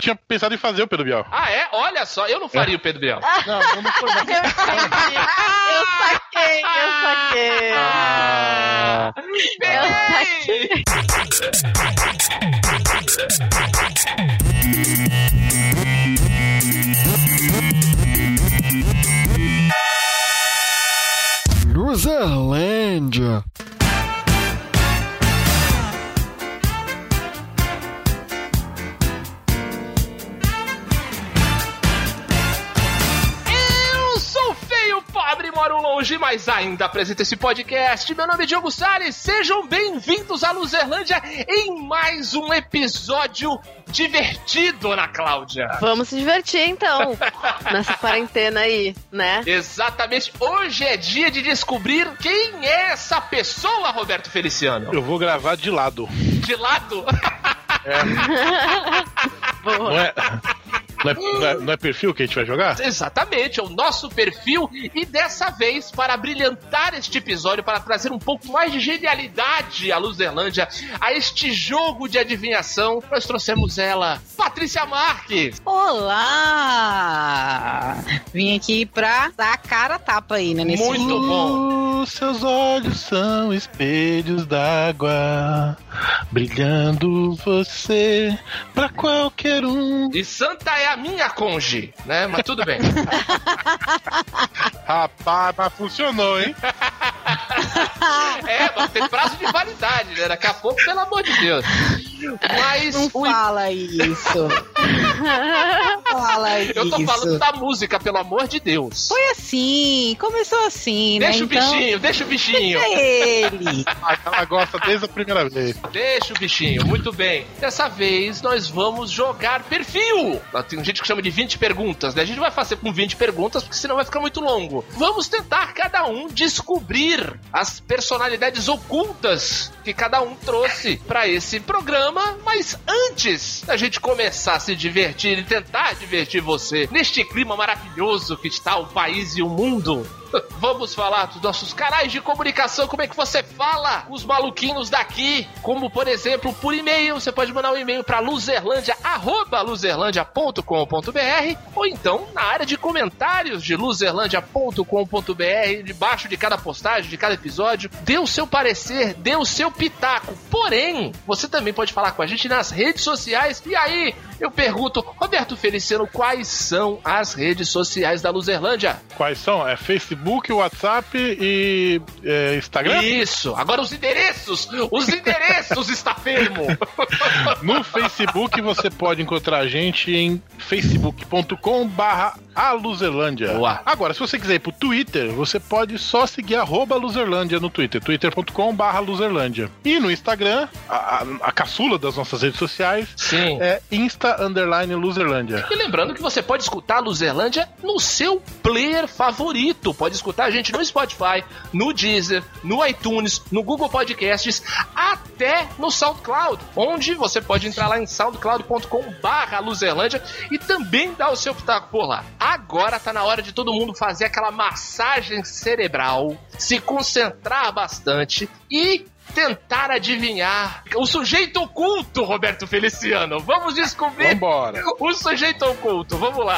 tinha pensado em fazer o Pedro Bial. Ah, é? Olha só, eu não faria o Pedro Bial. Não, não, não foi. Eu saquei, eu saquei. Ah, saquei. Luzerlândia. Eu sou feio, pobre, moro longe, mas ainda apresento esse podcast. Meu nome é Diogo Salles, sejam bem-vindos à Luzerlândia em mais um episódio divertido, Ana Cláudia. Vamos se divertir então, nessa quarentena aí, né? Exatamente, hoje é dia de descobrir quem é essa pessoa, Roberto Feliciano. Eu vou gravar de lado. De lado? Não é, não, é, não é- não é perfil que a gente vai jogar? Exatamente, é o nosso perfil e dessa vez para brilhantar este episódio, para trazer um pouco mais de genialidade à Luzerlândia, a este jogo de adivinhação, nós trouxemos ela, Patrícia Marques. Olá! Vim aqui pra dar a cara a tapa aí, né? Nesse Muito bom. Os seus olhos são espelhos d'água, brilhando você pra qualquer um. E Santa é a minha conge, né? Mas tudo bem. Rapaz, mas funcionou, hein? É, mas tem prazo de validade, né? Daqui a pouco, pelo amor de Deus. Mas Não o fala isso! Não fala isso! eu tô falando da música, pelo amor de Deus. Foi assim, começou assim, Deixa né? o bichinho, deixa o bichinho. Então, é ele! Ela gosta desde a primeira vez. Deixa o bichinho, muito bem. Dessa vez nós vamos jogar perfil. Tem gente que chama de 20 perguntas, né? A gente vai fazer com 20 perguntas, porque senão vai ficar muito longo. Vamos tentar cada um descobrir as personalidades ocultas que cada um trouxe pra esse programa. Mas antes da gente começar a se divertir e tentar divertir você neste clima maravilhoso que está o país e o mundo, Vamos falar dos nossos canais de comunicação, como é que você fala os maluquinhos daqui, como por exemplo, por e-mail, você pode mandar um e-mail para luzerlandia, arroba luzerlandia.com.br ou então na área de comentários de luzerlandia.com.br, debaixo de cada postagem, de cada episódio, dê o seu parecer, dê o seu pitaco. Porém, você também pode falar com a gente nas redes sociais e aí eu pergunto, Roberto Feliciano, quais são as redes sociais da Luzerlândia? Quais são? É Facebook, WhatsApp e é, Instagram? Isso, agora os endereços! Os endereços está fermo! No Facebook você pode encontrar a gente em facebook.com barra Aluzerlândia. Boa. Agora, se você quiser ir pro Twitter, você pode só seguir arroba Luzerlândia no Twitter, twitter.com barra Luzerlândia. E no Instagram, a, a, a caçula das nossas redes sociais Sim. é insta underline Luzerlândia. E lembrando que você pode escutar a Luzerlândia no seu player favorito. Pode escutar a gente no Spotify, no Deezer, no iTunes, no Google Podcasts, até no SoundCloud, onde você pode entrar lá em soundcloud.com/barra Luzerlândia e também dar o seu pitaco por lá. Agora tá na hora de todo mundo fazer aquela massagem cerebral, se concentrar bastante e tentar adivinhar o sujeito oculto, Roberto Feliciano. Vamos descobrir Vambora. o sujeito oculto, vamos lá.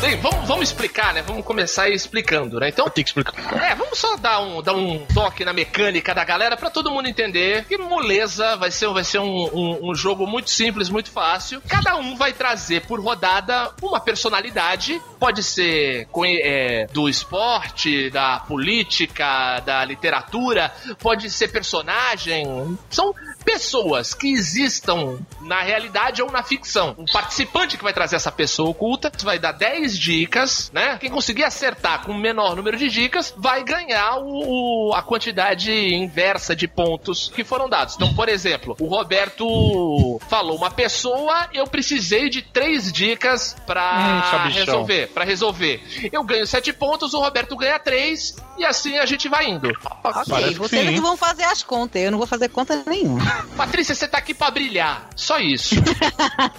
Bem, vamos, vamos explicar, né? Vamos começar aí explicando, né? Então, Tem que explicar. é, vamos só dar um, dar um toque na mecânica da galera pra todo mundo entender que moleza vai ser, vai ser um, um- um jogo muito simples, muito fácil. Cada um vai trazer por rodada uma personalidade, pode ser conhe- é, do esporte, da política, da literatura, pode ser personagem. São pessoas que existam na realidade ou na ficção. Um participante que vai trazer essa pessoa oculta vai dar 10 dicas, né? Quem conseguir acertar com o menor número de dicas vai ganhar o, o- a quantidade inversa de pontos que foram dados. Então, por exemplo, o Roberto falou uma pessoa, eu precisei de três dicas Hum, pra sabichão. resolver, para resolver. Eu ganho 7 pontos, o Roberto ganha 3 e assim a gente vai indo. Parece Ok, que vocês sim, é hein? que vão fazer as contas, eu não vou fazer conta nenhuma. Patrícia, você tá aqui pra brilhar. Só isso.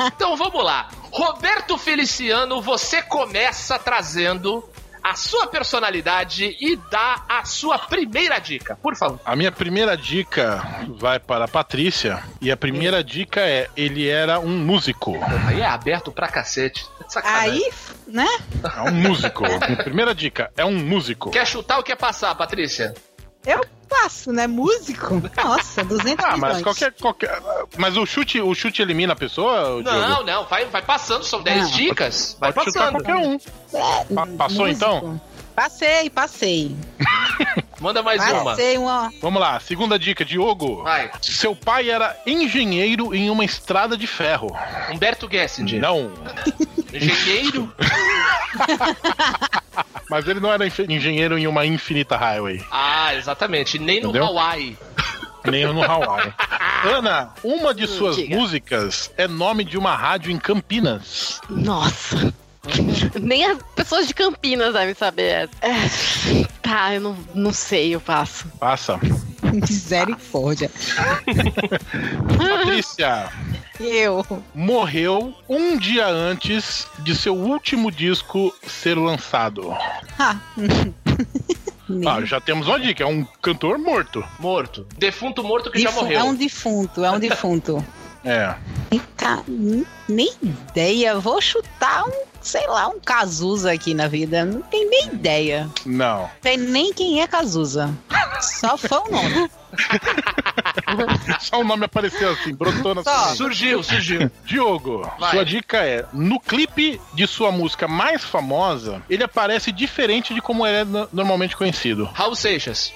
então vamos lá. Roberto Feliciano, você começa trazendo a sua personalidade e dá a sua primeira dica, por favor. A minha primeira dica vai para a Patrícia. E a primeira dica é: ele era um músico. Aí é aberto pra cacete. É Sacanagem. Aí, f- né? É um músico. Minha primeira dica: é um músico. Quer chutar ou quer passar, Patrícia? Eu passo, né? Músico? Nossa, 200 Ah, mas milhões. qualquer, qualquer. Mas o chute, o chute elimina a pessoa, Diogo? Não, não, vai, vai passando, são 10 Não. dicas. Vai Pode chutar passando. qualquer um. É, Pa- passou, então? Passei, passei. Manda mais uma. passei uma. Vamos lá, segunda dica, Diogo. Vai. Seu pai era engenheiro em uma estrada de ferro. Humberto Gessinger. Não. Engenheiro? Mas ele não era enfe- engenheiro em uma infinita highway. Ah, exatamente. Nem no Entendeu? Hawaii. Nem no Hawaii. Ana, uma de suas diga. músicas é nome de uma rádio em Campinas. Nossa. Nem as pessoas de Campinas devem saber. É, tá, eu não, não sei, eu passo. Passa. Misericórdia. Patrícia Eu. morreu um dia antes de seu último disco ser lançado. Ah. Ah, já temos uma dica, é um cantor morto. Morto. Defunto morto que já Difu- morreu. É um defunto, é um defunto. É. Eita, n- nem ideia. Vou chutar um, sei lá, um Cazuza aqui na vida. Não tem nem ideia. Não. Não sei nem quem é Cazuza. Só foi o nome. Só o nome apareceu assim, brotou na Só. sua mente. Surgiu, surgiu. Diogo, Vai. sua dica é: no clipe de sua música mais famosa, ele aparece diferente de como ele é no- normalmente conhecido. Raul Seixas.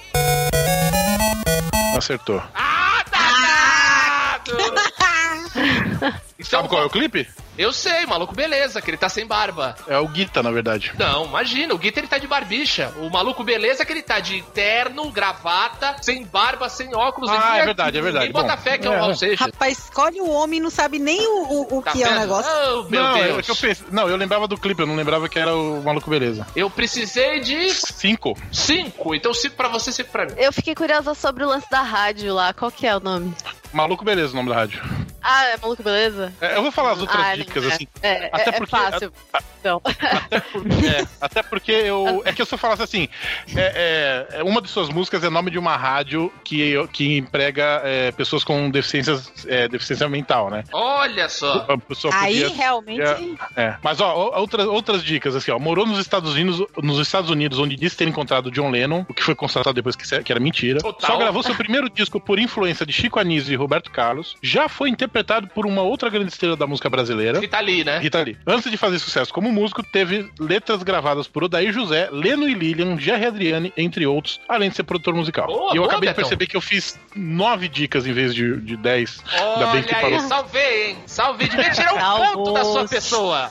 Acertou. Ah, tá danado! Sabe então, qual é o clipe? eu sei, maluco, beleza, que ele tá sem barba. É o Guita, na verdade. Não, imagina, o Guita ele tá de barbicha. O maluco, beleza, que ele tá de terno, gravata, sem barba, sem óculos. Ah, Ninguém- é verdade, é verdade. Ninguém bota Bom, fé que é o é, Raul é. Seixas. Rapaz, escolhe o homem e não sabe nem o, o- o Tá que é o vendo? negócio. Oh, meu não, é Deus. que eu pensei. Não, eu lembrava do clipe, eu não lembrava que era o Maluco Beleza. eu precisei de Cinco. cinco. Então cinco pra você, cinco pra mim. Eu fiquei curiosa sobre o lance da rádio lá. Qual que é o nome? Maluco Beleza, o nome da rádio. Ah, é maluco, beleza? É, eu vou falar as outras Ah, dicas, é. assim. É, é, Até é porque- fácil. Então, Até, por- é, até porque eu. É que se eu falasse assim. é- é- é, uma de suas músicas é nome de uma rádio que, que emprega é, pessoas com deficiências, é, deficiência mental, né? Olha só. A pessoa Aí podia- realmente. É. Mas ó, o- outras, outras dicas, assim, ó. Morou nos Estados Unidos, nos Estados Unidos, onde disse ter encontrado John Lennon, o que foi constatado depois que, se- que era mentira. Total. Só gravou seu primeiro disco por influência de Chico Anísio e Roberto Carlos. Já foi interpretado por uma outra grande estrela da música brasileira. Ele tá ali, né? Rita Lee. Antes de fazer sucesso como músico, teve letras gravadas por Odair José, Leno e Lilian, Jerry Adriani, entre outros, além de ser produtor musical. Boa, e eu boa, acabei Betão. de perceber que eu fiz nove dicas em vez de, de dez. Ainda bem que Olha aí, falou. salvei, hein? Salvei, devia tirar um Salvou. ponto da sua pessoa.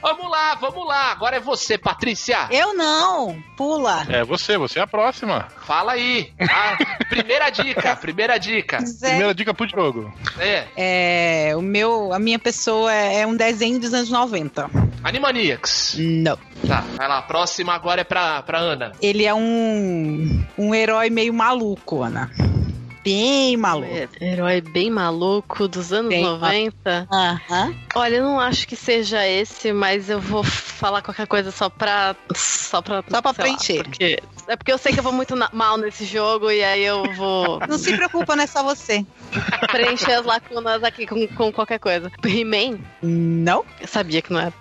vamos lá, vamos lá. Agora é você, Patrícia. Eu não. Pula. É você, você é a próxima. Fala aí. tá? Primeira dica, primeira dica. Zé. Primeira dica pro jogo. É, É, o meu, a minha pessoa é, é um desenho dos anos 90. Animaniacs. Não. Tá, vai lá. a Próxima agora é pra, pra Ana. Ele é um, um herói meio maluco, Ana. Bem maluco. Herói bem maluco dos anos Bem 90. Aham. Olha, eu não acho que seja esse, mas eu vou falar qualquer coisa só pra. Só pra. Só pra sei lá, preencher. porque- é porque eu sei que eu vou muito na- mal nesse jogo e aí eu vou Não se preocupa, não é só você. preencher as lacunas aqui com, com qualquer coisa. He-Man? Não. Eu sabia que não era.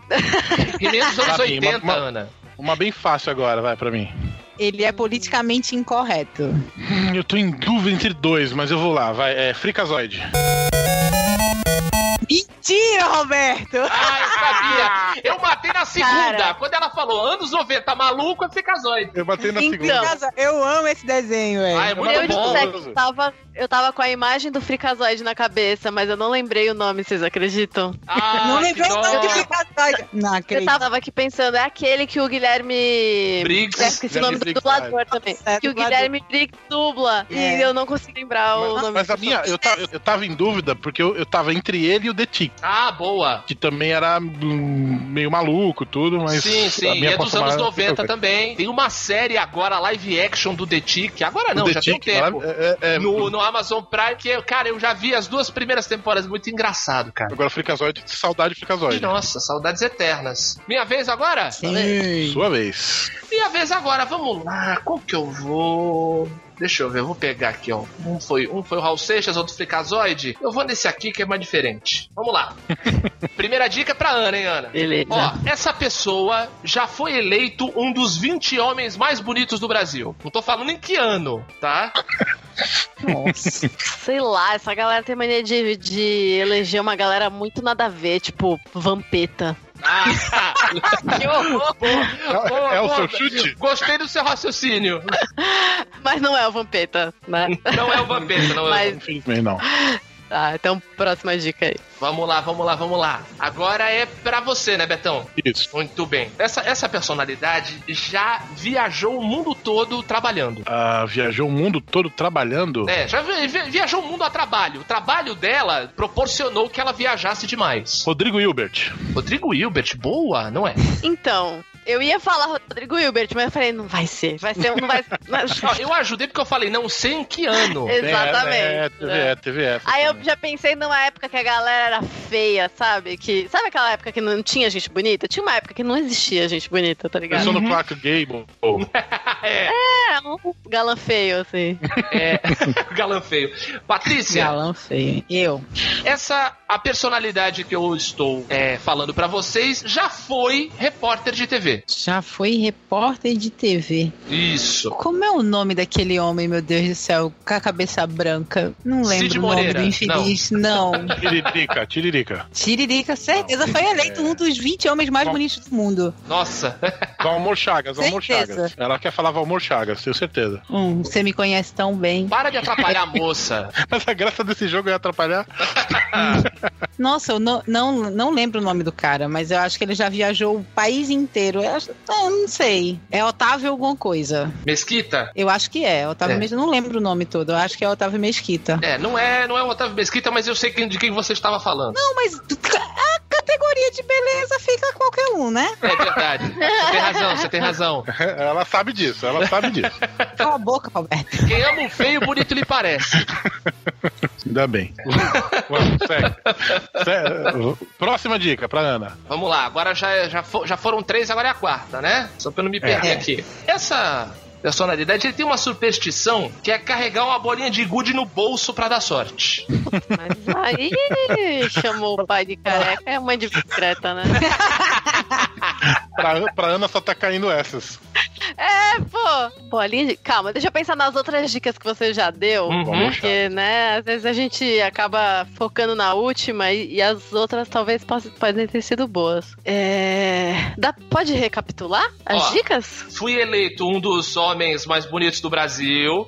E nem dos anos Tá bem, 80, uma- uma- Ana. Uma bem fácil agora, vai, pra mim. Ele é politicamente incorreto. Hum, Eu tô em dúvida entre dois, mas eu vou lá, vai. É Fricazoide. Mentira, Roberto! Ai, Ah, sabia. Eu batei na segunda. Cara. Quando ela falou anos 90, maluco, eu fiquei casóide. Eu bati na Então. segunda. Casa, eu amo esse desenho, velho. Ah, é muito eu bom. disser que eu tava, eu tava com a imagem do Frikazoid na cabeça, mas eu não lembrei o nome, vocês acreditam? Ah, não que lembrei o dó. nome de Frikazoide. Não Eu acredito. tava aqui pensando, é aquele que o Guilherme. Briggs. Eu esqueci o nome do Guilherme Briggs, dublador também. É, que o dublador. Guilherme Briggs dubla. E É. eu não consigo lembrar o Mas, nome é mas a do minha, eu tava, eu tava em dúvida porque eu, eu tava entre ele e o The Tick, Ah, boa. que também era hum, meio maluco tudo, mas. sim, a sim. E minha é dos aproximada- anos 90 também. Tem uma série agora, live action do The Tick. Agora não, O The já Tick, tem um tempo. marav- é, é, é, No, no Amazon Prime, que, cara, eu já vi as duas primeiras temporadas. Muito engraçado, cara. Agora Frikazoid, saudade Frikazoid. Nossa, saudades eternas. Minha vez agora? Sim. Sua vez. Minha vez agora, vamos lá. Qual que eu vou? Deixa eu ver, eu vou pegar aqui, ó. Um foi, um foi o Raul Seixas, outro foi Casoide. Eu vou nesse aqui que é mais diferente. Vamos lá. Primeira dica pra Ana, hein, Ana? Beleza. Ó, essa pessoa já foi eleito um dos 20 homens mais bonitos do Brasil. Não tô falando em que ano, tá? Nossa. Sei lá, essa galera tem mania de, de eleger uma galera muito nada a ver, tipo, vampeta. Ah, Que horror! boa, É, é o boa. seu chute? Gostei do seu raciocínio. Mas não é o vampeta, né? Não é o Vampeta, não é o Mas- Infelizmente não. Tá, então próxima dica aí. Vamos lá, vamos lá, vamos lá. Agora é pra você, né, Betão? Isso. Muito bem. Essa, essa personalidade já viajou o mundo todo trabalhando. Ah, viajou o mundo todo trabalhando. É, já vi- vi- viajou o mundo a trabalho. O trabalho dela proporcionou que ela viajasse demais. Rodrigo Hilbert. Rodrigo Hilbert, boa, não é? Então, eu ia falar Rodrigo Hilbert, mas eu falei, não vai ser. Vai ser, um- não vai ser. Ó, eu ajudei porque eu falei, não sei em que ano. É, Exatamente. é, TVF. Aí eu já pensei numa época que a galera era feia, sabe? Que, sabe aquela época que não tinha gente bonita? Tinha uma época que não existia gente bonita, tá ligado? Pensou Uhum. no Clark Gable. Oh, é, É, um galã feio, assim. é. galã feio. Patrícia, Galão feio. Eu. essa a personalidade que eu estou é, falando pra vocês já foi repórter de TV. Já fui repórter de TV. Isso. Como é o nome daquele homem, meu Deus do céu, com a cabeça branca? Não Cid lembro o nome Moreira, do infeliz, não. tiririca, tiririca. Tiririca, certeza, foi eleito um dos 20 homens mais Bom. bonitos do mundo. Nossa. Valmor Chagas, Valmor Certeza. Chagas. Ela quer falar Valmor Chagas, tenho certeza. Hum, você me conhece tão bem. Para de atrapalhar a moça. Mas a graça desse jogo é atrapalhar. Nossa, eu não, não, não lembro o nome do cara, mas eu acho que ele já viajou o país inteiro. Eu, acho- eu não sei. É Otávio alguma coisa. Mesquita? Eu acho que é. Otávio É. Mesquita. Eu não lembro o nome todo. Eu acho que é Otávio Mesquita. É, não é, não é o Otávio Mesquita, mas eu sei quem- de quem você estava falando. Não, mas a categoria de beleza fica qualquer um, né? É verdade. Você tem razão, você tem razão. Ela sabe disso, ela sabe disso. Cala a boca, Roberto. Quem ama o feio, bonito lhe parece. Ainda bem. Vamos, segue. Se- Próxima dica pra Ana. Vamos lá, agora já, já, fo- já foram três, agora é a quarta, né? Só pra eu não me perder É. aqui. Essa personalidade, ele tem uma superstição que é carregar uma bolinha de gude no bolso pra dar sorte. Mas aí chamou o pai de careca, é mãe de bicicleta, né? Pra, pra Ana só tá caindo essas. É, pô! Bolinha de... Calma, deixa eu pensar nas outras dicas que você já deu. Hum. Uhum. Porque, né, às vezes a gente acaba focando na última e, e as outras talvez possam- podem ter sido boas. É... Dá, pode recapitular as Ó. dicas? Fui eleito um dos homens mais bonitos do Brasil.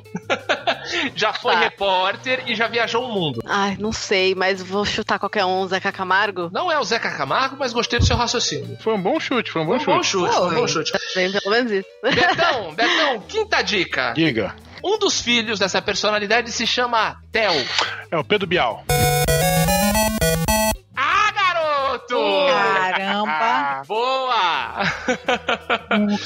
já foi Tá. repórter e já viajou o mundo. Ai, não sei, mas vou chutar qualquer um, Zeca Camargo. Não é o Zeca Camargo, mas gostei do seu raciocínio. Foi um bom chute, foi um bom Foi um bom chute. chute, foi um bom chute. Bem, pelo menos isso. Betão, Betão, quinta dica. Diga. Um dos filhos dessa personalidade se chama Theo. É o Pedro Bial. Ah, garoto! Caramba. Ah, Boa!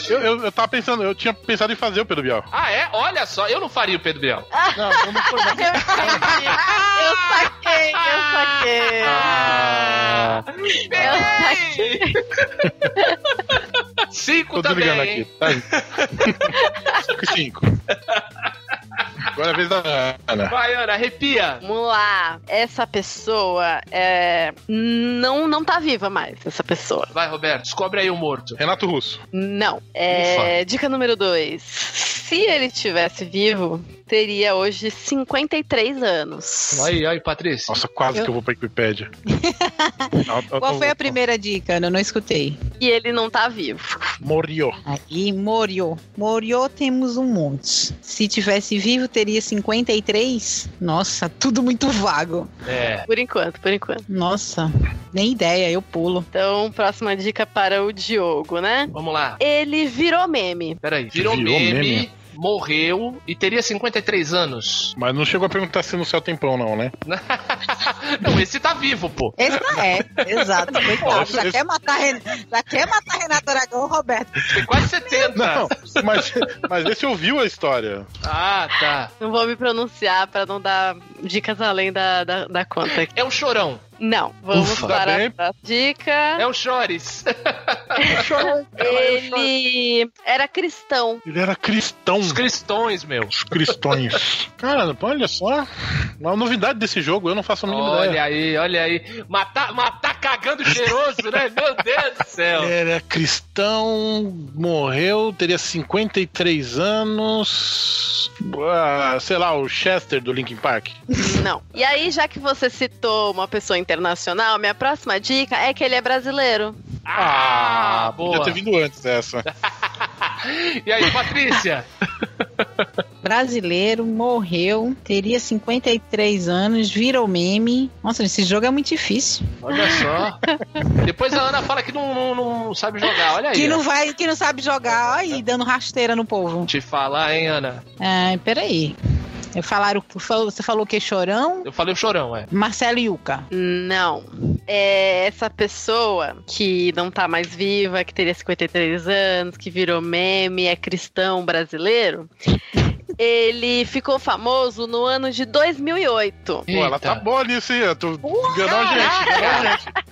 Eu, eu, eu tava pensando, eu tinha pensado em fazer o Pedro Bial. Ah, é? Olha só, eu não faria o Pedro Biel. Não, eu não foi não. Eu saquei, eu saquei. Ah! saquei. Bem! Cinco Tô também, desligando hein? aqui. Tá aí. Cinco e cinco. Agora é a vez da Ana. Vai, Ana, arrepia. Vamos lá. Essa pessoa é. Não, não tá viva mais, essa pessoa. Vai, Roberto, descobre aí o morto. Renato Russo. Não. É, dica número 2. Se ele tivesse vivo, teria hoje 53 anos. Aí, aí, Patrícia. Nossa, quase Eu- que eu vou pra Wikipedia. Qual foi a primeira dica? Ana? Eu não escutei. E ele não tá vivo. Morreu. Aí, Morio. Morio temos um monte. Se tivesse vivo, teria 53? Nossa, tudo muito vago. É. Por enquanto, por enquanto. Nossa, nem ideia, eu pulo. Então, próxima dica para o Diogo, né? Vamos lá. Ele virou meme. Peraí. Virou, Virou meme, meme. morreu e teria 53 anos. Mas não chegou a perguntar se no céu tem pão, não, né? Não, esse tá vivo, pô. Esse não é, exato. coitado. Já, esse- Quer matar, Ren- já quer matar Renato Aragão, Roberto. Tem quase 70. Não, Ah. mas, mas esse ouviu a história. Ah, tá. Não vou me pronunciar para não dar dicas além da, da, da conta aqui. É um chorão. Não, vamos Ufa. Tá para bem. a próxima dica. É um chores. é Ele era cristão. Ele era cristão. Os cristões, meu. Os cristões. Cara, olha só. Uma novidade desse jogo, eu não faço a mínima ideia. Olha aí, olha aí. Matar, matar tá cagando cheiroso, né? Meu Deus do céu. Era cristão, morreu, teria 53 anos. Ah, sei lá, o Chester do Linkin Park. Não. E aí, já que você citou uma pessoa internacional, minha próxima dica é que ele é brasileiro. Ah, boa. Podia ter vindo antes essa. E aí, Patrícia? Brasileiro, morreu, teria 53 anos, virou meme. Nossa, esse jogo é muito difícil. Olha só. Depois a Ana fala que não, não- não sabe jogar. Olha aí. Que ó. não vai, que não sabe jogar, ó, aí dando rasteira no povo. Te falar, hein, Ana? Ai, peraí. Eu falaram, falou- você falou que é chorão? Eu falei o chorão, é. Marcelo Yuca. Não. É essa pessoa que não tá mais viva, que teria 53 anos, que virou meme, é cristão brasileiro. Ele ficou famoso no ano de 2008. Pô, ela Eita. tá boa nisso, hein? Tu enganou a gente. Enganou a gente. Enganou,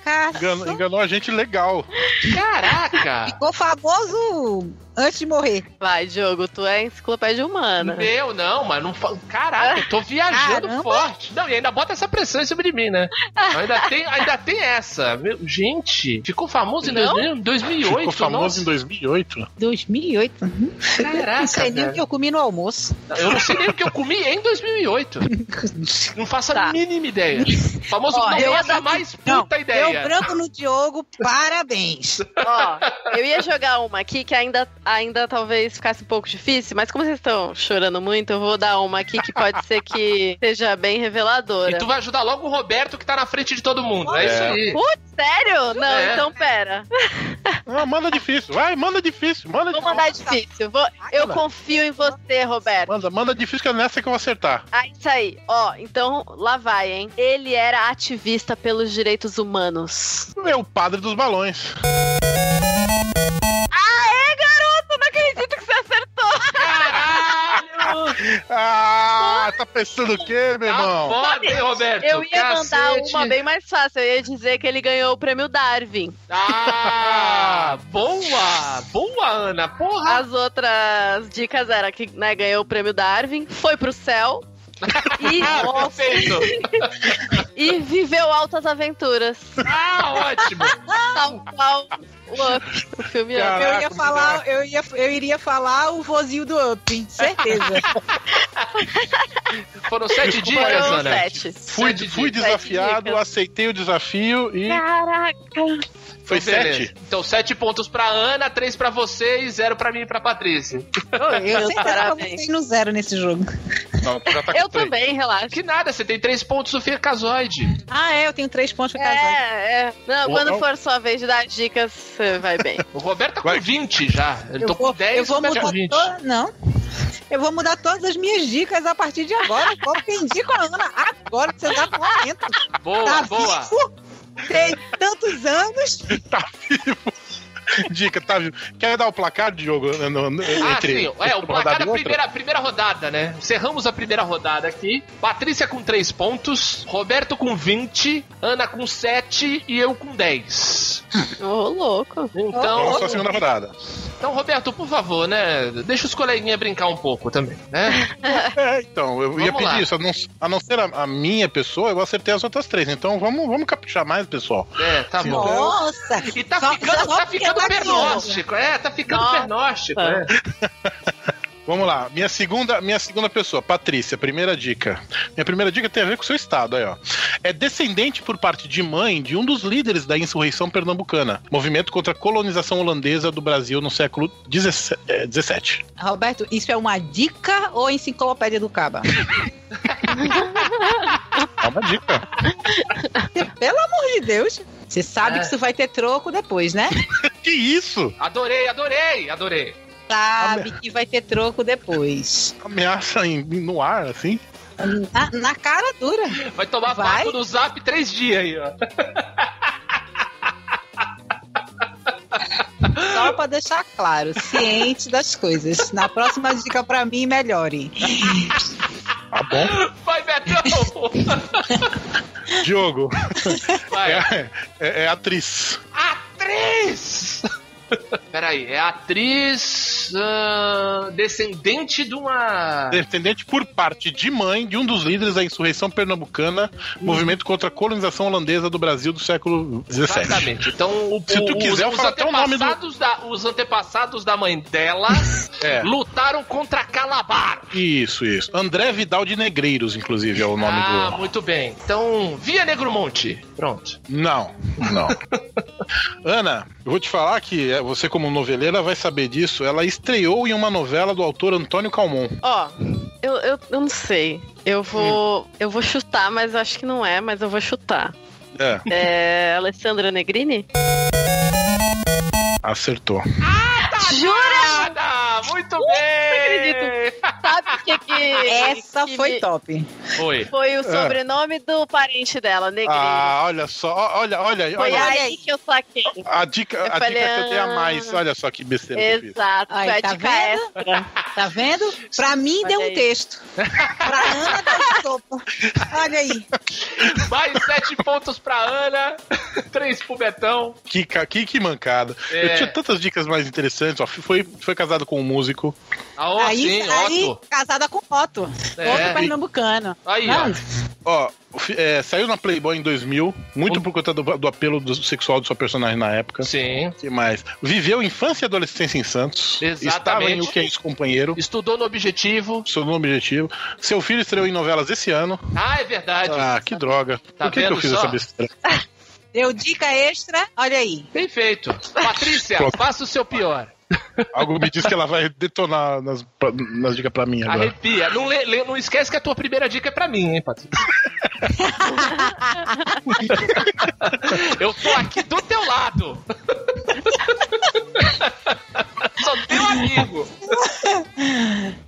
Caça. enganou a gente legal. Caraca! Ficou famoso antes de morrer. Vai, Diogo, tu é enciclopédia humana. Meu, não, mas não fa... Caraca, eu tô viajando Caramba. forte. Não, e ainda bota essa pressão em cima de mim, né? Ainda tem, ainda tem essa. Meu, gente, ficou famoso em Não? 2000, 2008. Ficou famoso em nossa. 2008. 2008. Uhum. Não sei nem o Caraca, que eu comi no almoço. cara. eu não sei nem o que eu comi em 2008. Não faço a Tá. mínima ideia. O famoso Ó, não faço eu a ia dar- mais puta Não, ideia. Deu branco no Diogo, parabéns. Ó, eu ia jogar uma aqui que ainda, ainda talvez ficasse um pouco difícil, mas como vocês estão chorando muito, eu vou dar uma aqui que pode ser que seja bem E reveladora. tu vai ajudar logo o Roberto que tá na frente de todo mundo. É, isso É. aí. Sério? Não, É. então pera. Ah, manda difícil. Vai, manda difícil. Manda Vou difícil. mandar difícil. Vou- eu confio em você, Roberto. Manda, manda difícil que é nessa que eu vou acertar. Ah, isso aí. Ó, então lá vai, hein? Ele era ativista pelos direitos humanos. É o padre dos balões. Aê, garoto! Não acredito que você acertou! Caralho! Ah, tá pensando o quê, meu Tá irmão? foda, hein, Roberto? Eu ia mandar Cacete. uma bem mais fácil. Eu ia dizer que ele ganhou o prêmio Darwin. Ah, boa! Boa, Ana! Porra! As outras dicas era que né, ganhou o prêmio Darwin, foi pro céu e, Ah, perfeito! e viveu altas aventuras. Ah, ótimo! Tal qual o Up, o filme Up. Cara. Eu Caraca, ia falar, eu, ia, eu iria falar o vozinho do Up, certeza. Foram sete Desculpa, dicas, Foram Ana. é sete. Fui, Sete fui dicas. Sete desafiado, dicas. aceitei o desafio e Caraca! foi Então, beleza. sete. Então, sete pontos pra Ana, três pra você e zero pra mim e pra Patrícia. Eu certeza que eu Parabéns. botei no zero nesse jogo. Não, tu já tá com Eu três. também, relaxa. Que nada, você tem três pontos, Sofia Casoide. Ah, é, eu tenho três pontos pra casar. É, é. Não, Ou quando não. for sua vez de dar dicas, você vai bem. O Roberto tá com Vai. 20 já. Ele tô com 10 eu vou Roberto mudar com 20. to- Não. Eu vou mudar todas as minhas dicas a partir de agora. Vou pedir com a Ana agora que você tá no momento. Boa, tá boa. vivo? Tem tantos anos. Tá vivo. Dica, tá vivo. Quer dar o placar de jogo né, no- no- Ah, entre, sim. entre É, o uma placar rodada da e outra? primeira, primeira rodada, né? Cerramos a primeira rodada aqui. Patrícia com 3 pontos, Roberto com 20, Ana com 7 e eu com 10. Ô, louco. Então, Vamos pra Então, segunda rodada. Então, Roberto, por favor, né? Deixa os coleguinhas brincar um pouco também, né? É, então, eu ia Vamos lá. pedir isso. A não, a não ser a, a minha pessoa, eu acertei as outras três. Então vamos, vamos caprichar mais, pessoal. É, tá bom. Nossa! E tá Só- ficando, só tá porque ficando tá pernóstico. É, tá ficando Nossa. pernóstico. É. Vamos lá. Minha segunda, minha segunda pessoa, Patrícia, primeira dica. Minha primeira dica tem a ver com o seu estado aí, ó. É descendente por parte de mãe de um dos líderes da insurreição pernambucana, movimento contra a colonização holandesa do Brasil no século 17. eh, 17. Roberto, isso é uma dica ou enciclopédia do Caba? É uma dica. Pelo amor de Deus. Você sabe É. que isso vai ter troco depois, né? que isso? Adorei, adorei, adorei. Sabe que vai ter troco depois. Ameaça em- no ar, assim? Na, na cara dura. Vai tomar Vai? papo no zap três dias aí, ó. Só pra deixar claro, ciente das coisas. Na próxima dica pra mim, melhore. Tá bom. Vai, Betão! Diogo, Vai. é, é- é atriz. Atriz! Peraí, é atriz ah, descendente de Ah. uma. Descendente por parte de mãe de um dos líderes da insurreição pernambucana, movimento contra a colonização holandesa do Brasil do século 17. Exatamente. Então, o, Se tu o- quiser, eu os, falo até o nome do- antepassados da, os antepassados da mãe dela É. lutaram contra Calabar. Isso, isso. André Vidal de Negreiros, inclusive, é o nome ah, do. muito bem. Então, Via Negromonte. Pronto. Não, não. Ana, eu vou te falar que é, você, como noveleira, vai saber disso. Ela estreou em uma novela do autor Antônio Calmon. Ó, eu, eu, eu não sei. Eu vou, eu vou chutar, mas acho que não é, mas eu vou chutar. É, É Alessandra Negrini? acertou. Jura? Nada! Muito bem! Sabe o que que... Essa que foi me- top. Foi. Foi o sobrenome do parente dela, Negrini. Ah, olha só, ó, olha, olha, foi olha. a- aí, aí. que eu saquei. A dica, Eu a falei, dica que eu dei a ah. mais. Olha só que besteira que eu fiz. Exato, é Aí, foi a tá dica vendo? extra. Tá vendo? Pra mim, Olha deu um aí. texto. Pra Ana, deu um topo. Olha aí. Mais sete pontos pra Ana, três pro Betão. Que, ca- que, que mancada. É. Eu tinha tantas dicas mais interessantes. Ó. Foi, foi casado com um músico. Ah, ó, aí, sim, aí, Otto. casada com Otto. É. Outro pernambucano. Aí, ó. Não, Ó, fi- é, saiu na Playboy em 2000, muito Uhum. por conta do, do apelo do- sexual de sua personagem na época. Sim. que mais? Viveu infância e adolescência em Santos. Exatamente. Estava em O Que É Isso, Companheiro. Estudou no objetivo. Seu nome objetivo. Seu filho estreou em novelas esse ano. Ah, é verdade. Ah, que droga. Tá por que, que eu vendo fiz só? essa besteira? Deu dica extra. Olha aí. Bem feito. Patrícia, Pronto. faça o seu pior. Algo me diz que ela vai detonar nas, pra- nas dicas pra mim agora. Arrepia. Não, lê- lê- não esquece que a tua primeira dica é pra mim, hein, Patrícia? Eu tô aqui do teu lado. Sou teu um amigo.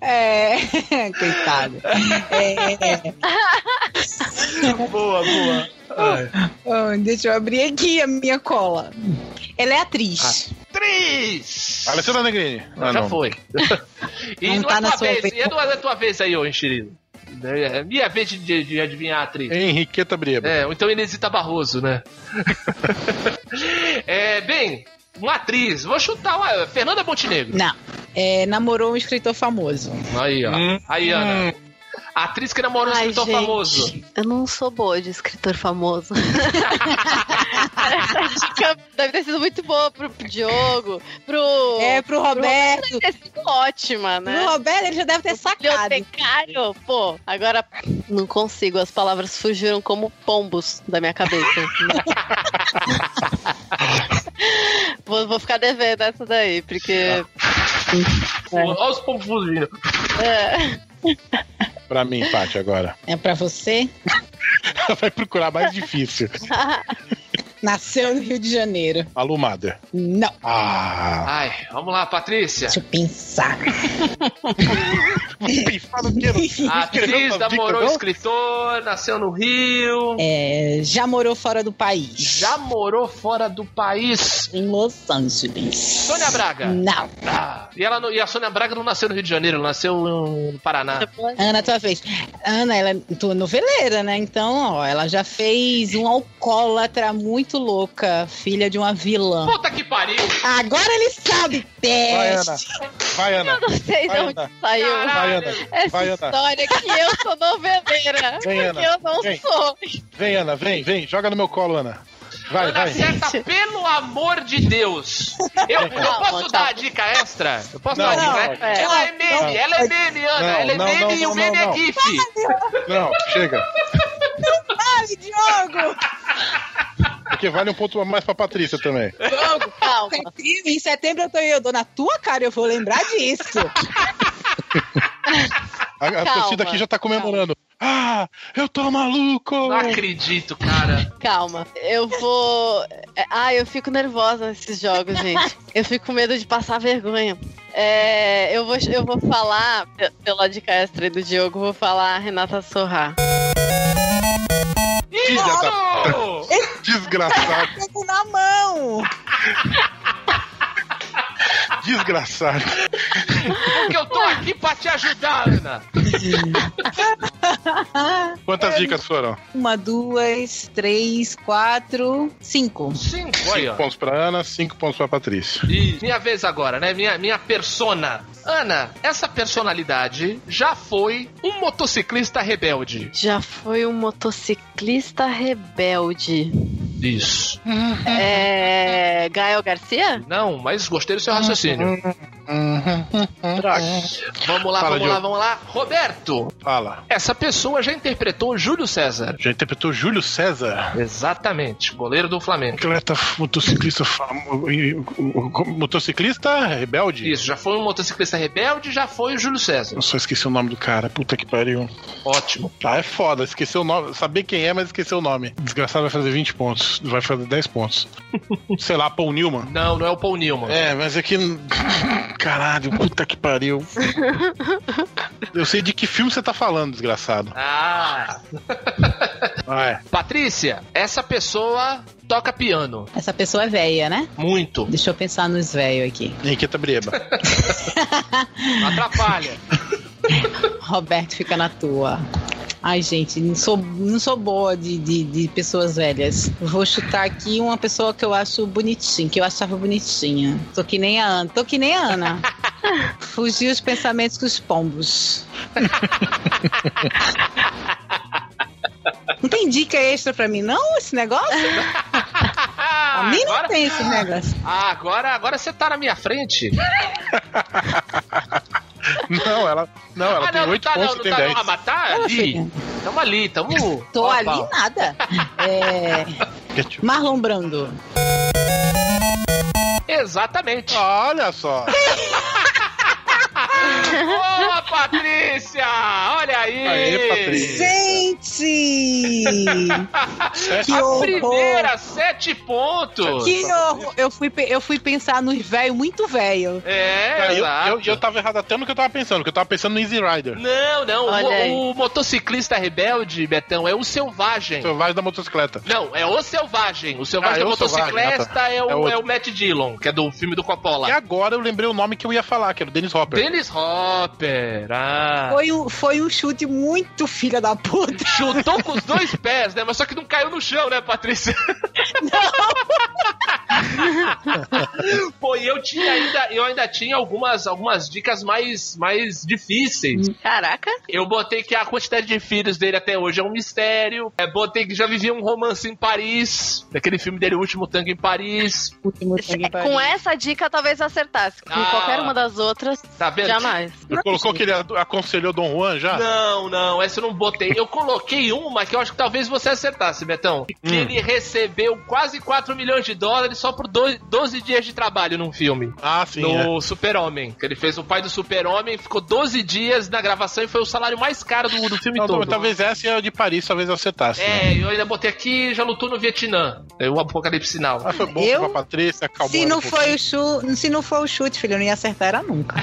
É, coitado. É, Boa, boa. oh, deixa eu abrir aqui a minha cola. Ela é Ah. atriz. Um, Três. Alessandra Negrini. Ah, já não. foi. E Não não, tá é na tua sua vez. vez. E não é tua vez aí, ô enxerido. É minha vez de, de- de adivinhar a atriz. Henriqueta Brieba. É, ou então Inesita Barroso, né? é, bem, uma atriz. Vou chutar uma, Fernanda Montenegro. Não. É, namorou um escritor famoso. Aí, ó. Hum. Aí, Ana. Atriz que namorou um Ai, escritor gente, famoso. Eu não sou boa de escritor famoso. Essa dica deve ter sido muito boa pro Diogo, pro. É, pro Roberto. Deve ter sido ótima, né? Pro Roberto, ele já deve ter sacado. Bibliotecário, pô, agora não consigo, as palavras fugiram como pombos da minha cabeça. vou, vou ficar devendo essa daí, porque. É. Olha os pombos vindo. é, Pra mim, Paty, agora. É pra você? Ela vai procurar mais difícil. Nasceu no Rio de Janeiro. Malu Mader. Não. Ah. Ai, vamos lá, Patrícia. Deixa eu pensar. Pifar no quê? Não escreveu Atriz, essa dica, namorou um não? escritor, nasceu no Rio, É, já morou fora do país. já morou fora do país. Em Los Angeles. Sônia Braga. Não. Ah, e, ela, não- e a Sônia Braga não nasceu no Rio de Janeiro, ela nasceu no Ah. Paraná. Ana, tua vez. Ana, ela é tu- noveleira, né? Então, ó, ela já fez um alcoólatra muito louca, filha de uma vilã. Puta que pariu! Agora ele sabe, Vai, Ana. peste! Vai, Eu Ana. não sei de Vai, onde Ana. saiu Vai, Caralho! Ana. essa Vai, Ana. história que eu sou noveleira. Vem, Ana. porque eu não Vem. sou. Vem, Ana, vem, vem. Joga no meu colo, Ana. Vai, Ana vai. Seta, pelo amor de Deus! Eu, eu Calma, posso calma. dar a dica extra? Eu posso Não, dar a não, dica extra? é. Ela é meme, Não, ela é meme, Ana, não, ela é não, meme não, e o não, meme não, é não. gif. Não, chega. Sabe, Diogo! Porque vale um ponto a mais pra Patrícia também. Diogo, calma. Setembro, Em setembro eu tô eu dou na tua cara, eu vou lembrar disso. A, a Calma, torcida aqui já tá comemorando. Ah, eu tô maluco! Não acredito, cara. Calma, eu vou. é, Ah, eu fico nervosa nesses jogos, gente. Eu fico com medo de passar vergonha. É, eu, vou, eu vou falar, pe- pela dica extra aí do Diogo, eu vou falar Renata Sorra. Isso! Desgraçado, Pego na mão! desgraçado. Porque É eu tô aqui pra te ajudar, Ana. Quantas dicas foram? Uma, duas, três, quatro, cinco. Cinco, aí, ó. Pontos pra Ana, cinco pontos pra Patrícia. Isso. Minha vez agora, né? Minha, minha persona. Ana, essa personalidade já foi um motociclista rebelde. Já foi um motociclista rebelde. Isso. É. Gael Garcia? Não, mas gostei do Uhum. seu raciocínio. Uhum. Droga. Vamos lá, Fala, vamos lá, Diogo. vamos lá. Roberto, Fala. essa pessoa já interpretou Júlio César. Já interpretou Júlio César? Exatamente, goleiro do Flamengo. Atleta motociclista famoso. Motociclista rebelde? Isso, já foi um motociclista rebelde, já foi o Júlio César. Eu só esqueci o nome do cara. Puta que pariu. Ótimo. Ah, é foda. Esqueceu o nome. Saber quem é, mas esqueceu o nome. Desgraçado vai fazer 20 pontos. Vai fazer 10 pontos. Sei lá, Paul Newman. Não, não é o Paul Newman. É, mas é que. Caralho, puta que pariu. Eu sei de que filme você tá falando, desgraçado. Ah, Ah, é. Patrícia, essa pessoa toca piano. Essa pessoa é velha, né? Muito. Deixa eu pensar nos velhos aqui. Henriqueta Brieba. Atrapalha. Roberto fica na tua. Ai, gente, não sou, não sou boa de, de, de pessoas velhas. Vou chutar aqui uma pessoa que eu acho bonitinha, que eu achava bonitinha. Tô que nem a Ana. Tô que nem a Ana. Fugiu os pensamentos com os pombos. Não tem dica extra pra mim, não, esse negócio? Ah, pra mim não agora, tem esse negócio. Ah, agora, agora você tá na minha frente. Não, ela. Não, ela ah, tem não, 8 não tá, pontos não, e tem não tá, 10. não. Ah, mas tá ali. filha. Tamo ali, tamo. Tô pau a ali pau. nada. É, tipo, Marlon Brando. Exatamente. Olha só. Boa, Patrícia! Olha aí! Aê, Patrícia. Gente! que horror! Primeira, sete pontos! Que horror! Eu fui, pe- eu fui pensar nos velho, muito velho. É, Cara, eu, exato. eu, eu tava errado até no que eu tava pensando, que eu tava pensando no Easy Rider. Não, não, Olha aí. o, o motociclista rebelde, Betão, é o selvagem. Selvagem da motocicleta. Não, é o selvagem. O selvagem Ah, é é o motociclista Selvagem, ah, é, o, É é, outro. o Matt Dillon, que é do filme do E Coppola. agora eu lembrei o nome que eu ia falar, que era o Dennis Hopper. Dennis Hopper. Ah. Foi um, foi um chute muito filha da puta. Chutou com os dois pés, né? Mas só que não caiu no chão, né, Patrícia? Não! Pô, e eu tinha ainda, eu ainda tinha algumas, algumas dicas mais, mais difíceis. Caraca. Eu botei que a quantidade de filhos dele até hoje é um mistério. É, botei que já vivia um romance em Paris. Daquele filme dele, O Último Tango em Paris. Último Se- Com essa dica, talvez eu acertasse. Com Ah. qualquer uma das outras, Tá vendo? jamais. Ele colocou que ele ad- aconselhou Dom Juan já? Não, não, essa eu não botei. Eu coloquei Hum. uma que eu acho que talvez você acertasse, Betão. Que ele recebeu quase 4 milhões de dólares só por dois- 12 dias de trabalho num filme. Ah, sim. é. no Super-Homem. Que ele fez o pai do Super-Homem, ficou 12 dias na gravação e foi o salário mais caro do, do filme Não, todo. Tá talvez essa e a de Paris, talvez eu acertasse. né? É, eu ainda botei aqui, já lutou no Vietnã. É o Apocalipse Sinal. Mas Ah, foi bom Eu- pra Patrícia, acalmou. Se não, ela um foi o chu... Se não for o chute, filho, eu não ia acertar, era nunca.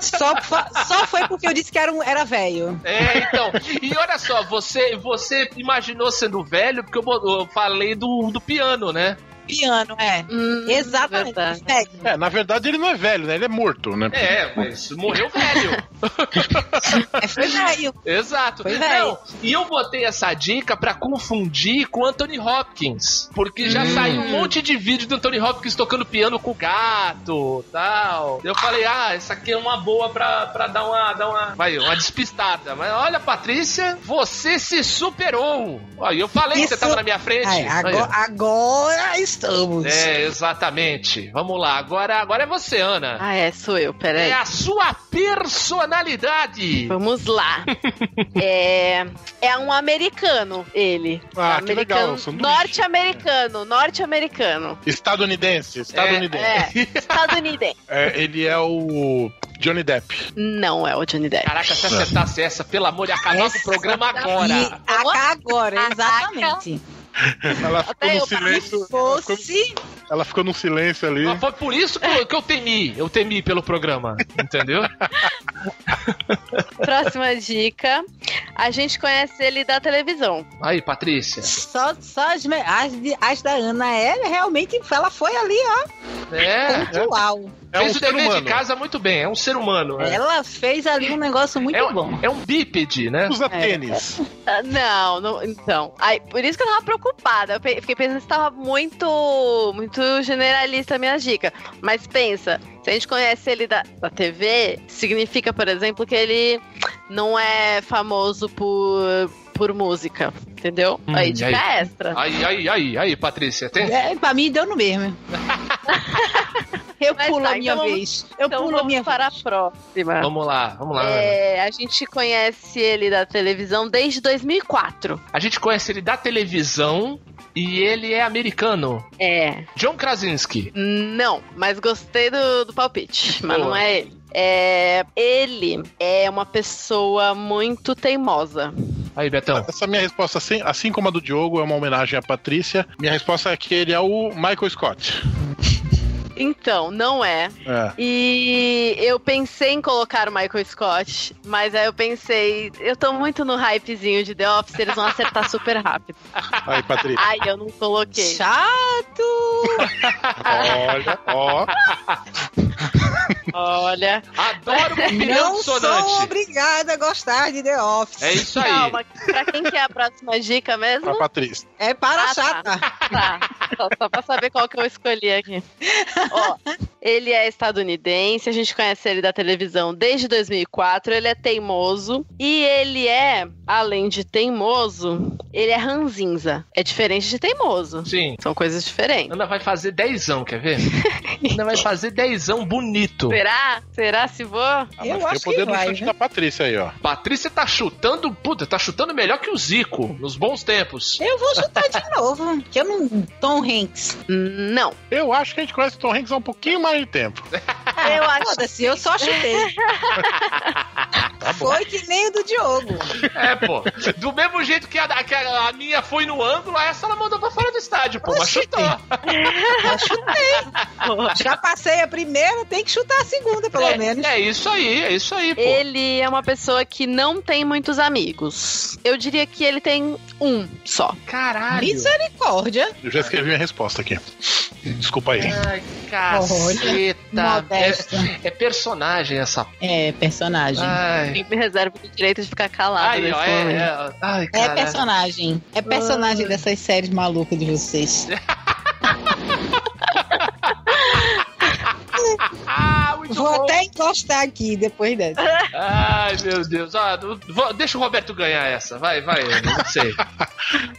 só, fa- só foi porque eu disse que era, um... era velho. É, então. E olha só, você, você imaginou sendo velho, porque eu, bo- eu falei do, do piano, né? Piano, é. Hum, Exatamente. verdade. Velho. pouquinho. É, na verdade ele não é velho, né? Ele é morto, né? É, mas morreu velho. É, foi velho. Exato. Foi velho. Não, e eu botei essa dica pra confundir com Anthony Hopkins. Porque Hum. já saiu um monte de vídeo do Anthony Hopkins tocando piano com o gato tal. Eu falei, ah, essa aqui é uma boa pra, pra dar, uma, dar uma. Vai, uma despistada. Mas olha, Patrícia, você se superou. Ó, e eu falei que você Isso- tava na minha frente. Ai, Olha. agora, agora estamos. É, exatamente. Vamos lá, agora, agora é você, Ana. Ah, é, sou eu, peraí. É a sua personalidade. Vamos lá. é, é um americano, ele. Ah, que legal, americano, sanduíche. norte-americano, norte-americano. Estadunidense, estadunidense. É, estadunidense. É, ele é o Johnny Depp. Não é o Johnny Depp. Caraca, se acertasse essa, pelo amor de acabar com o programa agora. E acá agora, exatamente. Ela ficou eu no parei. silêncio. Ela ficou, Fosse. ela ficou num silêncio ali. Mas Foi por isso que eu, que eu temi. Eu temi pelo programa, entendeu? Próxima dica. A gente conhece ele da televisão. Aí, Patrícia. Só, só as, me- as, de- as da Ana é realmente. Ela foi ali, ó, É. pontual. É um fez o ser dever humano. de casa muito bem. É um ser humano. É, Ela fez ali um negócio muito É um- bom. é um bípede, né? Usa É. tênis. Ah, Não, não- então. Aí, por isso que eu tava preocupada. Eu pe- fiquei pensando se tava muito, muito generalista a minha dica. Mas pensa, se a gente conhece ele da, da TV, significa, por exemplo, que ele não é famoso por, por música, entendeu? Hum, aí, dica e extra. Aí, aí, aí, aí, Patrícia. Tem... É, pra mim deu no mesmo. Eu Mas pulo tá, a minha então vez. Eu então pulo a vamos minha para vez. a próxima. Vamos lá, vamos lá. É, a gente conhece ele da televisão desde 2004. A gente conhece ele da televisão e ele é americano. É, John Krasinski. Não, mas gostei do, do palpite. Mas Boa. não é ele. É, ele é uma pessoa muito teimosa. Aí, Betão. Essa minha resposta, assim, assim como a do Diogo, é uma homenagem à Patrícia. Minha resposta é que ele é o Michael Scott. Então, não é. É. E eu pensei em colocar o Michael Scott, mas aí eu pensei, eu tô muito no hypezinho de The Office, eles vão acertar super rápido. Aí, Patrícia. Ai, eu não coloquei. Chato! Olha, ó. Olha. Adoro uma opinião Não sou dissonante. obrigada a gostar de The Office. É isso aí. Calma, pra quem que é a próxima dica mesmo? Pra Patrícia. É para Ah, a chata. Tá, só, só pra saber qual que eu escolhi aqui. Ó, ele é estadunidense, a gente conhece ele da televisão desde 2004, ele é teimoso e ele é, além de teimoso, ele é ranzinza. É diferente de teimoso. Sim. São coisas diferentes. Ana vai fazer dezão, quer ver? Ana vai fazer dezão bonito. É. Será? Será se vou? Ah, Eu mas tem acho o poder que do vai, chute né? da Patrícia aí, ó. Patrícia tá chutando, puta, tá chutando melhor que o Zico, nos bons tempos. Eu vou chutar de novo. Que eu não. Tom Hanks. Não. Eu acho que a gente conhece o Tom Hanks há um pouquinho mais de tempo. Eu acho. Foda-se, eu só chutei. Foi que nem o do Diogo. É, pô. Do mesmo jeito que a, que a- a minha foi no ângulo, essa ela mandou pra fora do estádio, pô, mas Oxi. chutou. Já passei a primeira, tem que chutar a segunda, pelo é, menos. É isso aí, é isso aí, pô. Ele é uma pessoa que não tem muitos amigos. Eu diria que ele tem um só. Caralho. Misericórdia. Eu já escrevi minha resposta aqui. Desculpa aí. É. Ai, caceta. Modesta. É, é personagem essa. É, personagem. Ai, Eu me reservo o direito de ficar calado ai, nesse É. ó, é, momento. é, ai, É cara. personagem. É personagem Ah. dessas séries malucas de vocês. Ah, muito Vou bom. até encostar aqui depois dessa. Ai, meu Deus. Ah, do- vou- deixa o Roberto ganhar essa. Vai, vai. eu Não sei.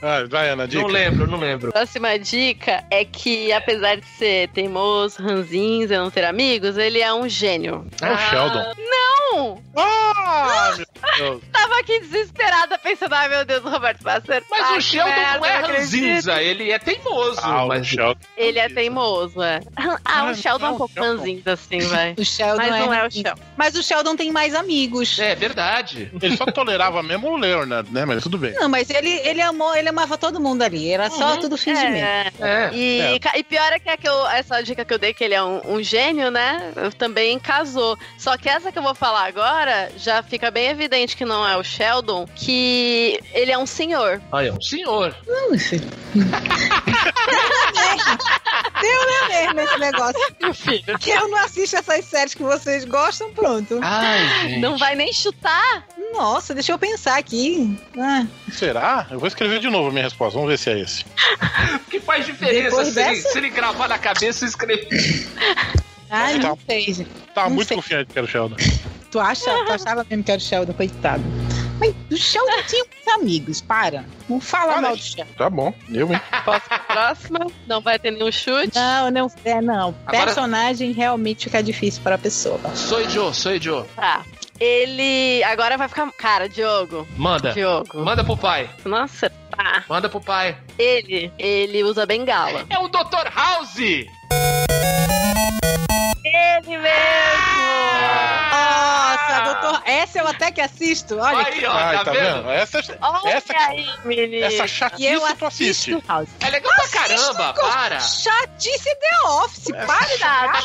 Ah, vai, Ana, dica. Não lembro, não lembro. Próxima dica é que, apesar de ser teimoso, ranzinza, não ter amigos, ele é um gênio. É o Sheldon. Não! Ah, meu Eu- Tava aqui desesperada pensando, ai meu Deus, o Roberto Passer. Mas Ai, o que Sheldon não merda, é acredito. ranzinza, ele é teimoso. Ah, o mas Sheldon. Ele é teimoso, é. Ah, Ah, o Sheldon é não, um pouco Sheldon. ranzinza, assim, vai. O Sheldon Mas é... não é o Sheldon. Mas o Sheldon tem mais amigos. É verdade. Ele só tolerava mesmo o Leonard, né? Mas tudo bem. Não, mas ele, ele amou, ele amava todo mundo ali. Era só Uhum, tudo fingimento. É, É. E, ca- e pior é que, a que eu- essa dica que eu dei, que ele é um, um gênio, né? eu Também casou. Só que essa que eu vou falar agora já fica bem evidente que não é o Sheldon, que ele é um senhor. Olha, um senhor. Hum, filho. Deu na mesma esse negócio. Meu filho. Que eu não assisto essas séries que vocês gostam, pronto. Ai, gente. Não vai nem chutar. Nossa, deixa eu pensar aqui. Ah, Será? Eu vou escrever de novo a minha resposta. Vamos ver se é esse. O que faz diferença Depois se ele, dessa? se ele gravar na cabeça e escrever? ai, Tá. não sei. gente. Tá Não muito sei. confiante que era o Sheldon. Tu, acha, tu achava mesmo que era o Sheldon, coitado. Mas o Sheldon tinha muitos amigos, para. Não fala Para, mal do Sheldon. Tá bom, eu, hein? Posso pra próxima? Não vai ter nenhum chute? Não, não, é, não. Agora- Personagem realmente fica difícil para a pessoa. Sou Joe, sou Joe. Tá. Ele. Agora vai ficar. Cara, Diogo. Tá. Manda. Diogo. Manda pro pai. Nossa, tá. Manda pro pai. Ele. Ele usa bengala. É o Dr. House! Ele mesmo! Nossa, doutor, essa eu até que assisto. Olha, Aí, ó, Ai, tá, vendo? Essa, Olha Essa- aí, menino. essa e eu chatice tu assiste. assisto House. É legal pra caramba, com- para! Chatice The Office, para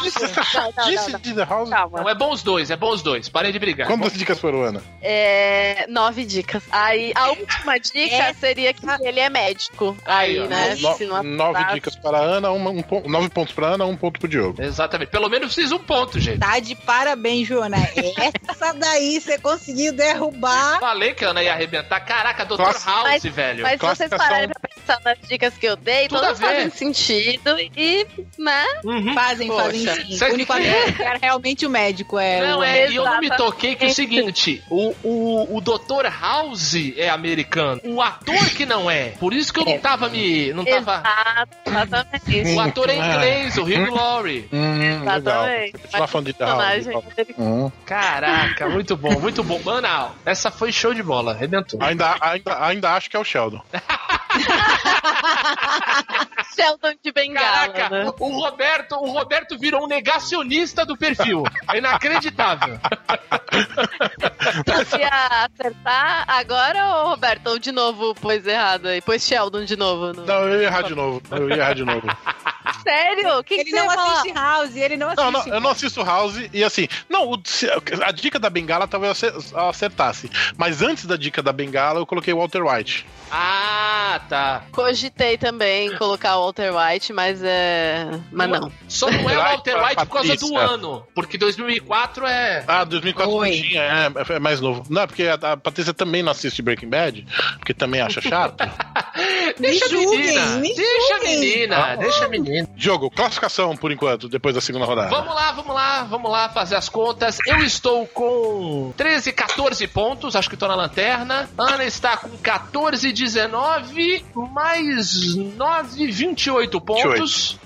de Cuidado. Essa Não, não, não, chatice não. de The House. Não, Calma. é bom os dois, é bom os dois. Parem de brigar. Quantas dicas foram, Ana? É, nove dicas. Aí a última dica É. seria que ele é médico. Aí, Aí, ó. né? No- se não nove acertar- dicas para a Ana, uma- um pon- nove pontos para Ana, um ponto pro Diogo. Exatamente. Pelo menos precisa um ponto, gente. Tá de parabéns, Joana. Essa daí você conseguiu derrubar. Falei que a Ana ia arrebentar. Caraca, Dr. Classe- House, Mas- velho. Mas se vocês Classificação. pararem pra pensar nas dicas que eu dei, Tudo a todas ver. fazem sentido e, né? Uhum. Fazem, Poxa, fazem sim. sabe O único que que é? amigo que era realmente o médico. É, Não, o- é, e eu não me Exatamente. toquei que é o seguinte: o, o, o Dr. House é americano, o ator que não é. Por isso que eu não tava me. Não tava. Exato, exatamente. O ator é inglês, o Hugh Laurie. Hum, Tá legal. Exatamente. Você continua falando de The House. Personagem. Hum. Caraca, muito bom, muito bom. Banal. Essa foi show de bola, arrebentou. Ainda, ainda, ainda acho que é o Sheldon. Sheldon de Bengala. Caraca, né? o Roberto, o Roberto virou um negacionista do perfil. É inacreditável. Se ia acertar agora, ô Roberto, ou de novo pôs errado aí? Pôs Sheldon de novo. no- Não, eu ia errar de novo. Eu ia errar de novo. Sério? O que, Ele que você não ia falar? assiste House, ele não Não, assiste. não, eu não assisto House e assim. Não, o- se- a dica da bengala talvez eu ace- eu acertasse. Mas antes da dica da bengala, eu coloquei Walter White. Ah, tá. Cogitei também colocar o Walter White, mas é. Mas não. Só não é o Walter White por causa do Patrícia. ano, porque 2004 é. Ah, 2004 Oi. não tinha, é, é mais novo. Não, porque a, a Patrícia também não assiste Breaking Bad, porque também acha chato. Deixa a julguem, menina, me deixa a julguem. menina, deixa a menina. Diogo, classificação por enquanto, depois da segunda rodada. Vamos lá, vamos lá, vamos lá fazer as contas. Eu estou com 13, 14 pontos, acho que tô na lanterna. Ana está com 14, 19, mais 9, 28 pontos.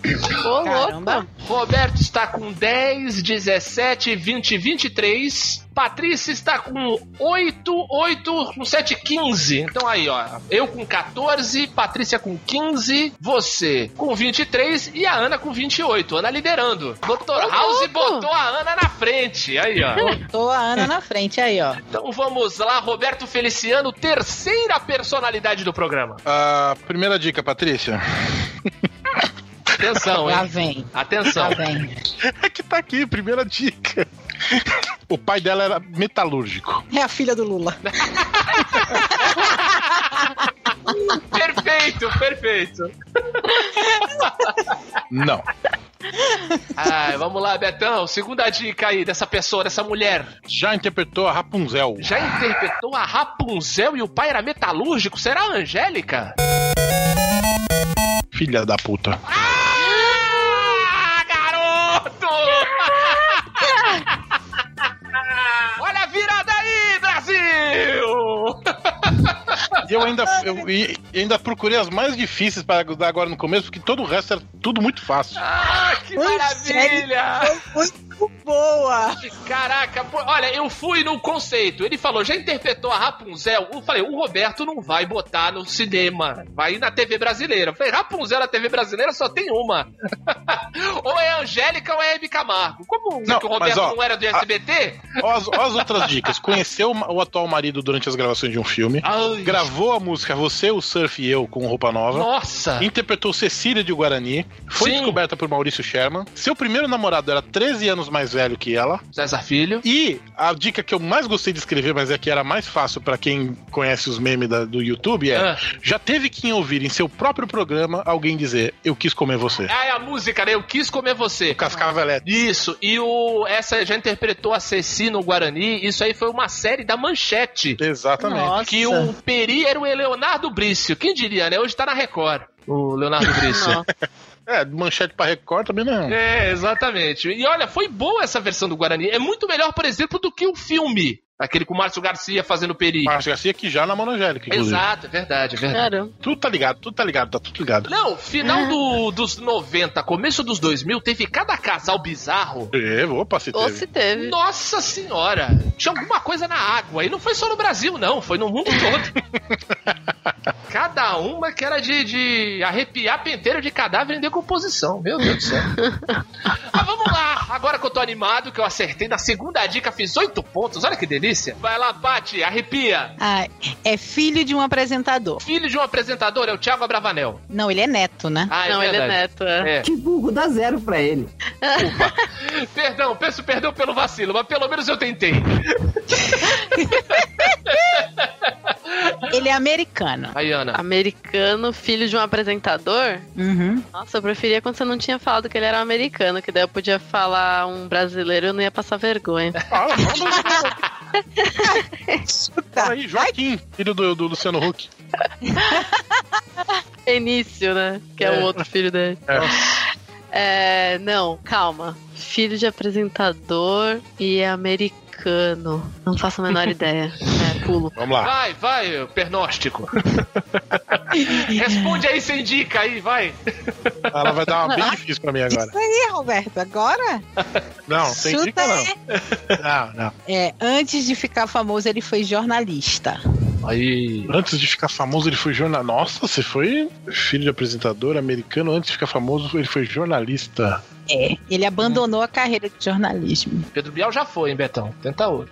Ô, Caramba. louco. Roberto está com 10, 17, 20, 23. Patrícia está com 8, 8, com 7, 15. Então aí, ó. Eu com 14, Patrícia com 15, você com 23 e a Ana com 28. Ana liderando. Dr. Ô, House louco! Hum. botou a Ana na frente. Aí, ó. Tô a Ana na frente aí, ó. Então vamos lá, Roberto Feliciano, terceira personalidade do programa. Ah, primeira dica, Patrícia. Atenção, Lá hein? vem. Lá Atenção. vem. É que tá aqui, primeira dica. O pai dela era metalúrgico. É a filha do Lula. Perfeito, perfeito. Não. Ai, vamos lá, Betão. Segunda dica aí dessa pessoa, dessa mulher. Já interpretou a Rapunzel. Já interpretou a Rapunzel e o pai era metalúrgico? Será a Angélica? Filha da puta. Ah, garoto! Olha a virada aí, Brasil! E eu ainda, eu, e- e ainda procurei as mais difíceis para dar agora no começo, porque todo o resto era tudo muito fácil. Ah, que Ui, maravilha! Muito boa! Caraca, pô, olha, eu fui no conceito. Ele falou, já interpretou a Rapunzel? Eu falei, o Roberto não vai botar no cinema, vai na TV brasileira. Eu falei, Rapunzel na TV brasileira só tem uma. ou é a Angélica ou é a Hebe Camargo. Como é Não, que o mas, Roberto ó, não era do SBT? Ó as, ó as outras dicas. Conheceu o o atual marido durante as gravações de um filme. Ai, Gravou a música Você, o Surf e Eu com roupa nova. Nossa! Interpretou Cecília de Guarani. Foi Sim. descoberta por Maurício Sherman. Seu primeiro namorado era 13 anos mais velho que ela. César Filho. E a dica que eu mais gostei de escrever, mas é que era mais fácil pra quem conhece os memes da- do YouTube, é: Ah. já teve quem ouvir em seu próprio programa alguém dizer, eu quis comer você. Ah, é a música, né? Eu quis comer você. O Cascava Elétrica. Isso, e o essa já interpretou a Ceci no Guarani, isso aí foi uma série da Manchete. Exatamente. Que o Peri era o Leonardo Brício. Quem diria, né? Hoje tá na Record. O Leonardo Brício. Nossa. É, manchete pra Record também não. é, exatamente. E olha, foi boa essa versão do Guarani. É muito melhor, por exemplo, do que o filme. Aquele com o Márcio Garcia fazendo Peri. Márcio Garcia que já na Monogélica, inclusive. Exato, é verdade, é verdade. Caramba. Tudo tá ligado, tudo tá ligado, tá tudo ligado. Não, É. final do- dos 90, começo dos 2000, teve cada casal bizarro. É, opa, se Ou teve. se teve. Nossa senhora! Tinha alguma coisa na água. E não foi só no Brasil, não. Foi no mundo todo. Cada uma que era de, de arrepiar penteiro de cadáver em decomposição. Meu Deus do céu. Mas vamos lá. Agora que eu tô animado, que eu acertei na segunda dica, fiz oito pontos. Olha que delícia. Vai lá, Paty. Arrepia. Ah, é filho de um apresentador. Filho de um apresentador é o Thiago Abravanel. Não, ele é neto, né? Ah, não, ele é verdade. neto. é. É. Que burro, dá zero pra ele. Perdão, peço perdão pelo vacilo, mas pelo menos eu tentei. Ah. Ele é americano. Aí, Ana. Americano, filho de um apresentador? Uhum. Nossa, eu preferia quando você não tinha falado que ele era um americano, que daí eu podia falar um brasileiro e eu não ia passar vergonha. Ah, fala Chuta. aí, Joaquim, filho do, do Luciano Huck. Benício, né? Que é, É. o outro filho dele. É, não, calma. Filho de apresentador e é americano. Não faço a menor ideia. É, pulo. Vamos lá. Vai, vai, pernóstico. Responde aí sem dica aí, vai. Ela vai dar uma bem difícil pra mim agora. Isso aí, Roberto, agora? Não, sem Chuta dica não. aí. Não, não. É, antes de ficar famoso, ele foi jornalista. Aí. Antes de ficar famoso, ele foi jornalista. Nossa, você foi filho de apresentador americano. Antes de ficar famoso, ele foi jornalista. É, ele abandonou a carreira de jornalismo. Pedro Bial já foi, hein, Betão? Tenta outro.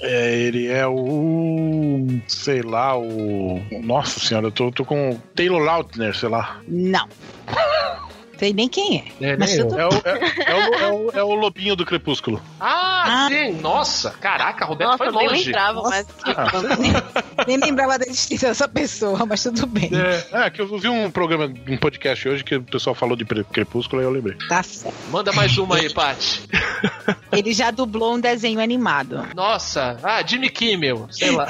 É, ele é o. Sei lá, o. Nossa senhora, eu tô, tô com o Taylor Lautner, sei lá. Não. Sei nem quem é. É, Mas nem tá- tudo- eu. É o, é, é o, é o, é o lobinho do crepúsculo. Ah, Ah. sim! Nossa, caraca, Roberto Nossa, foi eu nem longe. Ah. lembrava, mas tipo, Nem lembrava da existência dessa pessoa, mas tudo bem. É, é, que eu vi um programa, um podcast hoje que o pessoal falou de pre- crepúsculo e eu lembrei. Tá certo. Manda mais uma aí, Paty. Ele já dublou um desenho animado. Nossa, ah, Jimmy Kimmel, sei lá.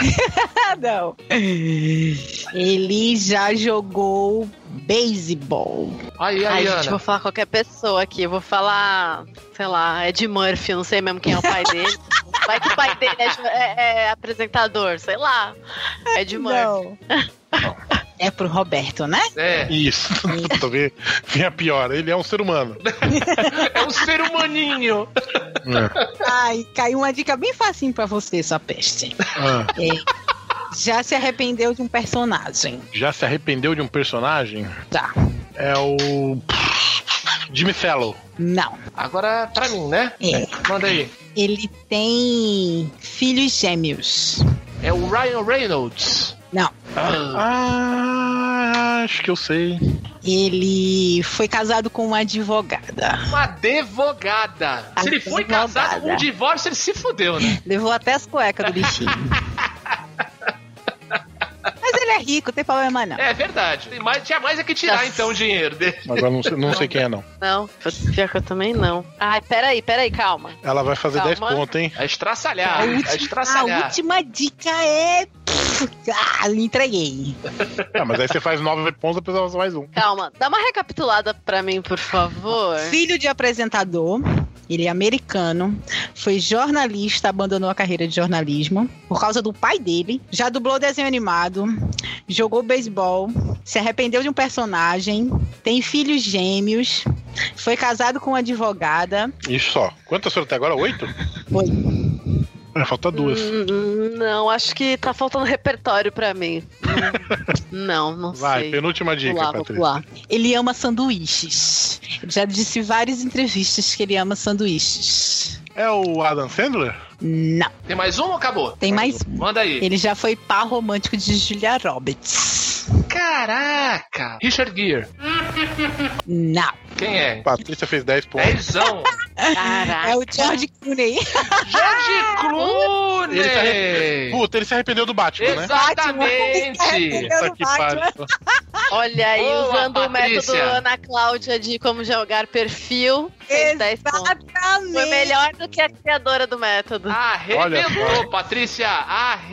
Ah, não. Ele já jogou beisebol. Aí, Ai, aí, gente, Ana. vou falar qualquer pessoa aqui. Eu vou falar, sei lá, Ed Murphy, eu não sei mesmo quem é o pai dele. Vai que o pai dele é, jo- é- é apresentador, sei lá. Ed Murphy. Não. É pro Roberto, né? É, Isso, puta, vi- vinha pior. Ele é um ser humano. é um ser humaninho. É. Ai, caiu uma dica bem facinho pra você, sua peste. É, Ah, Já se arrependeu de um personagem. já se arrependeu de um personagem? Tá. É o. Jimmy Fellow. Não. Agora, pra mim, né? É. Manda aí. Ele tem filhos gêmeos. É o Ryan Reynolds. Não. Ah, Ah, acho que eu sei. Ele foi casado com uma advogada. uma advogada. Se ele foi casado com um Advogada. divórcio, ele se fudeu, né? Levou até as cuecas do bichinho. Mas ele é rico, não tem problema não. É verdade. Tem mais, tinha mais é que tirar, então, o dinheiro dele. Agora não sei, não sei quem é, não. Não, putz, pior que eu também não. Ai, peraí, peraí, calma. Ela vai fazer Calma. 10 pontos, hein? É estraçalhar, A é última, a estraçalhar. última dica é. Ah, entreguei. Ah, mas aí você faz 9 pontos, depois ela faz mais um. Calma, dá uma recapitulada pra mim, por favor. Filho de apresentador, Ele é americano, foi jornalista, abandonou a carreira de jornalismo por causa do pai dele. Já dublou desenho animado, jogou beisebol, se arrependeu de um personagem, tem filhos gêmeos, foi casado com uma advogada. Isso só. Quantas foram até agora? Oito? Oito. É, falta duas. Hum, Não, acho que tá faltando repertório pra mim. Hum, não, não Vai, sei. penúltima dica, Vou lá, vou Patrícia. pular. Ele ama sanduíches. Ele já disse em várias entrevistas que ele ama sanduíches. É o Adam Sandler? Não, Tem mais uma ou acabou? tem mais. Manda aí. Ele já foi par romântico de Julia Roberts. Caraca! Richard Gere. Não. Quem é? Patrícia fez 10 É pontos. Elzão. Caraca. É o George Clooney. George Clooney. Ele tá É. Puta, ele se arrependeu do Batman, né? né? Exatamente. Puta que Batman. pariu. Olha aí, Boa, usando o método Patrícia. Ana Cláudia de como jogar perfil, fez 10 pontos. Exatamente. Foi melhor do que a criadora do método. Ah. Olha Arrebentou, Patrícia.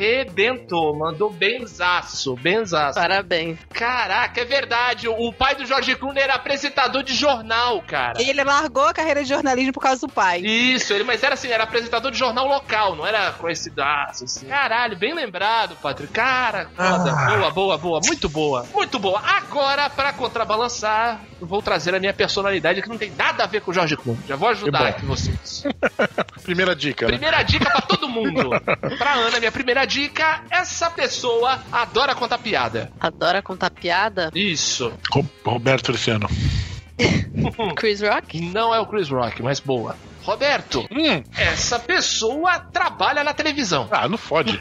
Arrebentou. Mandou benzaço. Benzaço. Parabéns. Caraca, é verdade. O pai do George Clooney era apresentador de jornal, cara. Ele largou a carreira de jornalismo por causa do pai. Isso, ele, mas era assim, era apresentador de jornal local, não era conhecidaço, assim. Caralho, bem lembrado, Patrick. Cara, foda. Ah. Boa, boa, boa, muito boa. Muito boa. Agora, pra contrabalançar, eu vou trazer a minha personalidade que não tem nada a ver com o Jorge Clooney. Já vou ajudar Que bom. aqui vocês. Primeira dica, né? Primeira dica pra todo mundo. Pra Ana, minha primeira dica, essa pessoa adora contar piada. Adora contar piada. Isso. Ro- Roberto Luciano. Hum. Chris Rock? Não é o Chris Rock, mas boa. Roberto, Hum, essa pessoa trabalha na televisão. ah, não fode.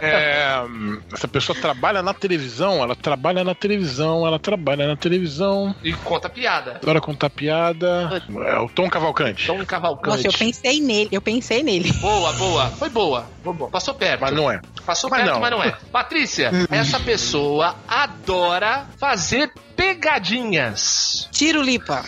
É, hum, essa pessoa trabalha na televisão, ela trabalha na televisão, ela trabalha na televisão. E conta piada. Adora contar piada. É o Tom Cavalcante. Tom Cavalcante. Nossa, eu pensei nele. Eu pensei nele. Boa, boa. Foi boa. Foi boa. Passou perto. Mas não é. Passou mas perto, não. mas não é. Patrícia, essa pessoa adora fazer pegadinhas. Tiro Lipa.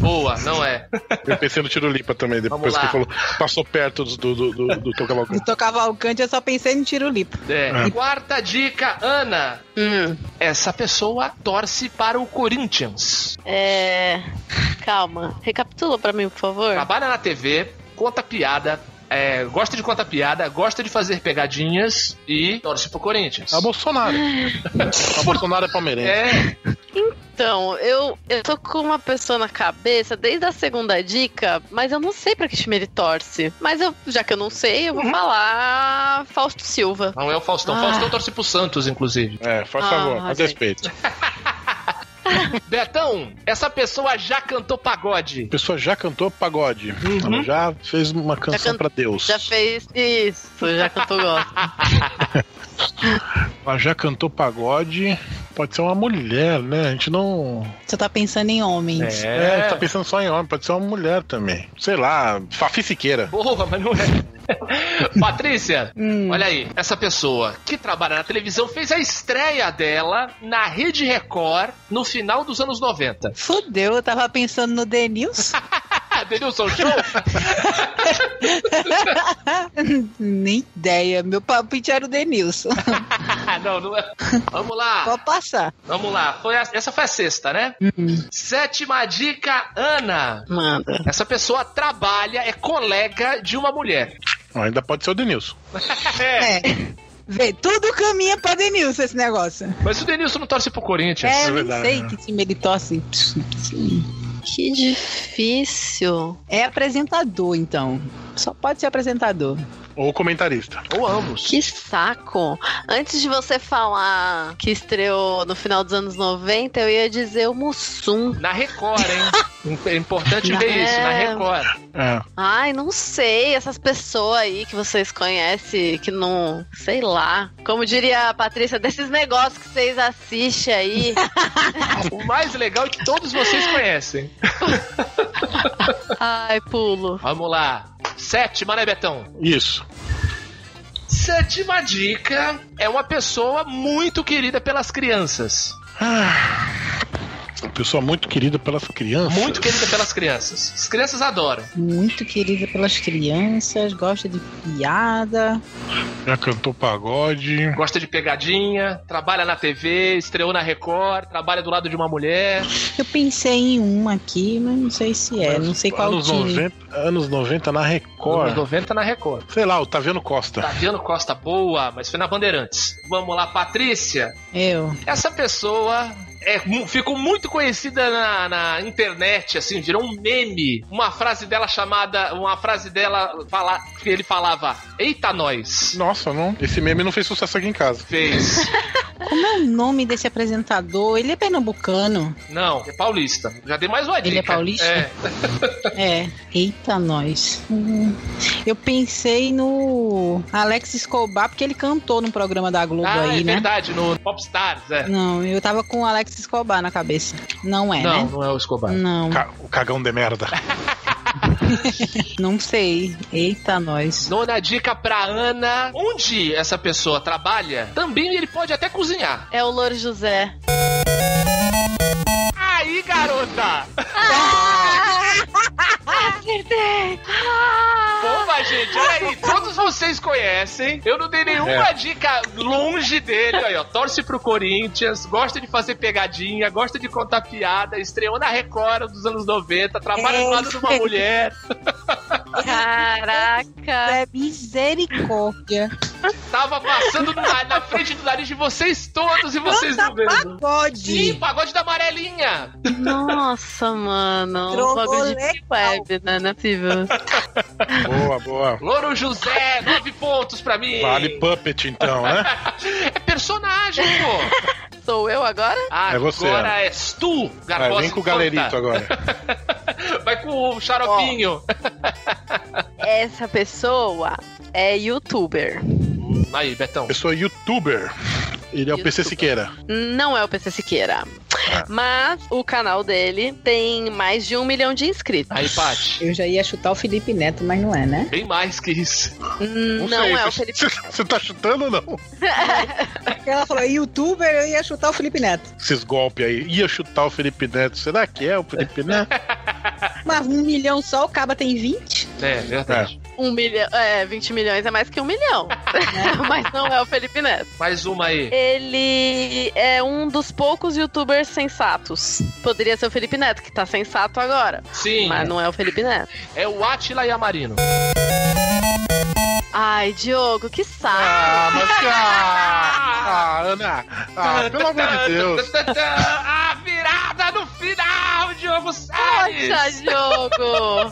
Boa, não é? Eu pensei no Tiro Lipa também, depois Vamos que lá. falou. Passou perto do, do, do, do Tom Cavalcante. Do Cavalcante, eu só pensei no Tiro Lipa. é. É. Quarta dica, Ana. Hum. Essa pessoa torce para o Corinthians. É. Calma. Recapitula pra mim, por É. Tá favor. Trabalha na TV, conta piada. é, gosta de contar piada, gosta de fazer pegadinhas e torce pro Corinthians. É o Bolsonaro. É o Bolsonaro é palmeirense. É, Então, eu, eu tô com uma pessoa na cabeça desde a segunda dica, mas eu não sei pra que time ele torce. Mas eu, já que eu não sei, eu vou falar Fausto Silva. não é o Faustão. Ah. Faustão torce pro Santos, inclusive. É, faz Ah, favor, faz gente. respeito. Betão, essa pessoa já cantou pagode. A pessoa já cantou pagode. Uhum. Ela já fez uma canção can- pra Deus. Já fez isso, já cantou gosto. Ela já cantou pagode. Pode ser uma mulher, né? A gente não. Você tá pensando em homens. É, a gente tá pensando só em homem, pode ser uma mulher também. Sei lá, Fafi Siqueira. Boa, mas não é. Patrícia, Hum. olha aí. Essa pessoa que trabalha na televisão fez a estreia dela na Rede Record no final dos anos 90. Fudeu, eu tava pensando no Denilson. Ah, Denilson Show? Nem ideia. Meu palpite era o Denilson. Ah, não, não é. Vamos lá, Pode passar. vamos lá. Foi a- essa foi a sexta, né? Sétima dica, Ana. Manda. Essa pessoa trabalha, é colega de uma mulher. Ainda pode ser o Denilson. É. Vê, tudo caminha pra Denilson esse negócio. Mas o Denilson não torce pro Corinthians. É, é eu nem verdade, sei né? que time ele torce. Que difícil. É apresentador, então. Só pode ser apresentador. Ou comentarista. Ou ambos. Que saco. Antes de você falar que estreou no final dos anos 90, eu ia dizer o Mussum. Na Record, hein? É importante ver É. isso, na Record. É. Ai, não sei. Essas pessoas aí que vocês conhecem, que não. Sei lá. Como diria a Patrícia, desses negócios que vocês assistem aí. O mais legal é que todos vocês conhecem. Ai, pulo. Vamos lá. Sétima, né, Betão? Isso. Sétima dica é uma pessoa muito querida pelas crianças. Ah, Uma pessoa muito querida pelas crianças. Muito querida pelas crianças. As crianças adoram. Muito querida pelas crianças, gosta de piada. Já cantou pagode. Gosta de pegadinha, trabalha na TV, estreou na Record, trabalha do lado de uma mulher. Eu pensei em uma aqui, mas não sei se é, não sei qual anos time. 90, anos 90 na Anos Record. Tá. 90 na Record. Sei lá, o Taviano Costa. Taviano Costa boa, mas foi na Bandeirantes. Vamos lá, Patrícia. Eu. Essa pessoa é mu- ficou muito conhecida na, na internet, assim, virou um meme. Uma frase dela chamada. Uma frase dela fala, que ele falava: Eita, nós! Nossa, não. Esse meme não fez sucesso aqui em casa. Fez. Como é o nome desse apresentador? Ele é pernambucano. Não, é paulista. Já dei mais uma Ele dica. é paulista? É. É. Eita, nós. Hum. Eu pensei no Alex Escobar, porque ele cantou no programa da Globo Ah, aí, é né? verdade, no Popstars, é. Não, eu tava com o Alex Escobar na cabeça. Não é, não, né? não é o Escobar. Não, Ca- o cagão de merda. não sei. Eita, nós. Nona dica pra Ana. Onde essa pessoa trabalha, também ele pode até cozinhar. É o Louro José. Aí, garota! Acertei! Boa, gente, olha aí. Todos vocês conhecem. Eu não dei nenhuma dica longe dele. Aí, ó, torce pro Corinthians, gosta de fazer pegadinha, gosta de contar piada, estreou na Record dos anos 90, trabalha do lado de uma mulher. Caraca! É misericórdia. Tava passando na, na frente do nariz de vocês todos e vocês não vendo. Sim, Pode. pagode da amarelinha. Nossa, mano. Um Tromboletal. bagulho de deep web, né? Não é possível. Boa, boa. Louro José, nove pontos pra mim. Vale puppet, então, né? É personagem, pô. Sou eu agora? Ah, É você, agora Ana. é tu, Vai, Garbosa. vem com o Infanta. galerito agora. Vai com o xaropinho. Essa pessoa é youtuber. Aí, Betão. Eu sou youtuber. Ele é o PC Siqueira. Não é o PC Siqueira. Ah. Mas o canal dele tem mais de um milhão de inscritos. Aí, Paty. Eu já ia chutar o Felipe Neto, mas não é, né? Bem mais que isso. Não, é o você- Felipe. você- Você tá chutando ou não? Ela falou youtuber, eu ia chutar o Felipe Neto. Esses golpes aí. Ia chutar o Felipe Neto. Será que é o Felipe Neto? Mas um milhão só, o Caba tem 20? É, verdade. Um milhão. É, 20 milhões é mais que um milhão. Mas não é o Felipe Neto. Mais uma aí. Ele é um dos poucos youtubers sensatos. Poderia ser o Felipe Neto, que tá sensato agora. Sim, Mas não é o Felipe Neto. é o Atila Yamarino. Ai, Diogo, que saco. Ah, mas que. Ah, ah, Ana. Ah, pelo amor de Deus. A virada no final, Diogo Salles. Poxa, É Diogo!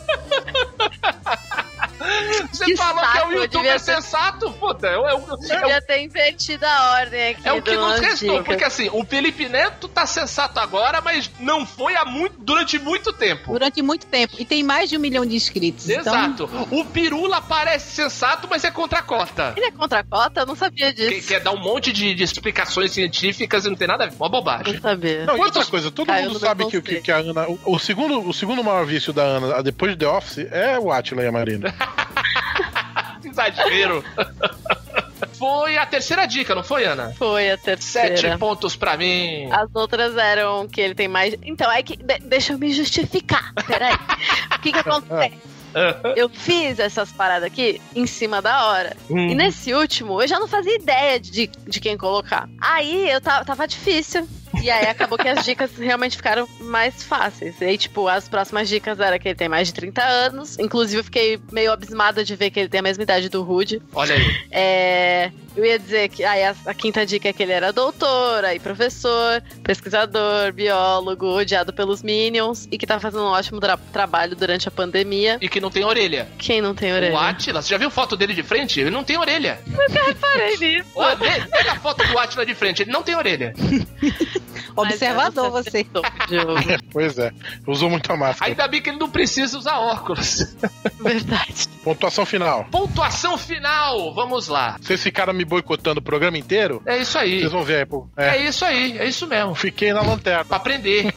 Você que falou que é um saco, eu devia youtuber ter- sensato, puta. É, o- é, o- é o Devia ter invertido a ordem aqui. É o que do nos Antiga. restou, porque assim, o Felipe Neto tá sensato agora, mas não foi há muito, durante muito tempo. Durante muito tempo. E tem mais de um milhão de inscritos. Então, Exato. O Pirula parece sensato, mas é contra a cota. Ele é contra a cota? Eu não sabia Que, disso. quer dar um monte de, de explicações científica e não tem nada a ver. Uma bobagem. Não sabia. Não, e outra Quantos- coisa, todo Caiu mundo no sabe meu que, que, conceito. que a Ana. O, o segundo, o segundo maior vício da Ana, a- depois de The Office, é o Atila e a Marina. Que Exagero. foi a terceira dica, não foi, Ana? Foi a Sete terceira. Ah, pontos pra mim. As outras eram que ele tem mais. Então, é que. de- deixa eu me justificar. Peraí. o que que acontece? Eu fiz essas paradas aqui em cima da hora. Hum, Uhum. E nesse último, eu já não fazia ideia de, de quem colocar. Aí eu tava, tava difícil. E aí acabou que as dicas realmente ficaram mais fáceis. E aí, tipo, as próximas dicas era que ele tem mais de 30 anos. Inclusive, eu fiquei meio abismada de ver que ele tem a mesma idade do Rude. Olha aí. É, eu ia dizer que aí a, a quinta dica é que ele era doutor, aí professor, pesquisador, biólogo, odiado pelos Minions e que tá fazendo um ótimo tra- trabalho durante a pandemia. E que não tem orelha. Quem não tem orelha? O Atila, você já viu foto dele de frente? Ele não tem orelha. Parei nisso. Olha, pega a foto do Atila de frente, ele não tem orelha. observador Mas você. acertou, Diogo. pois é, usou muita máscara. Ainda bem que ele não precisa usar óculos. Verdade. Pontuação final. Pontuação final, vamos lá. Vocês ficaram me boicotando o programa inteiro? É isso aí. Vocês vão ver aí, pô. É É, isso aí, é isso eu mesmo. fiquei na lanterna. Pra aprender.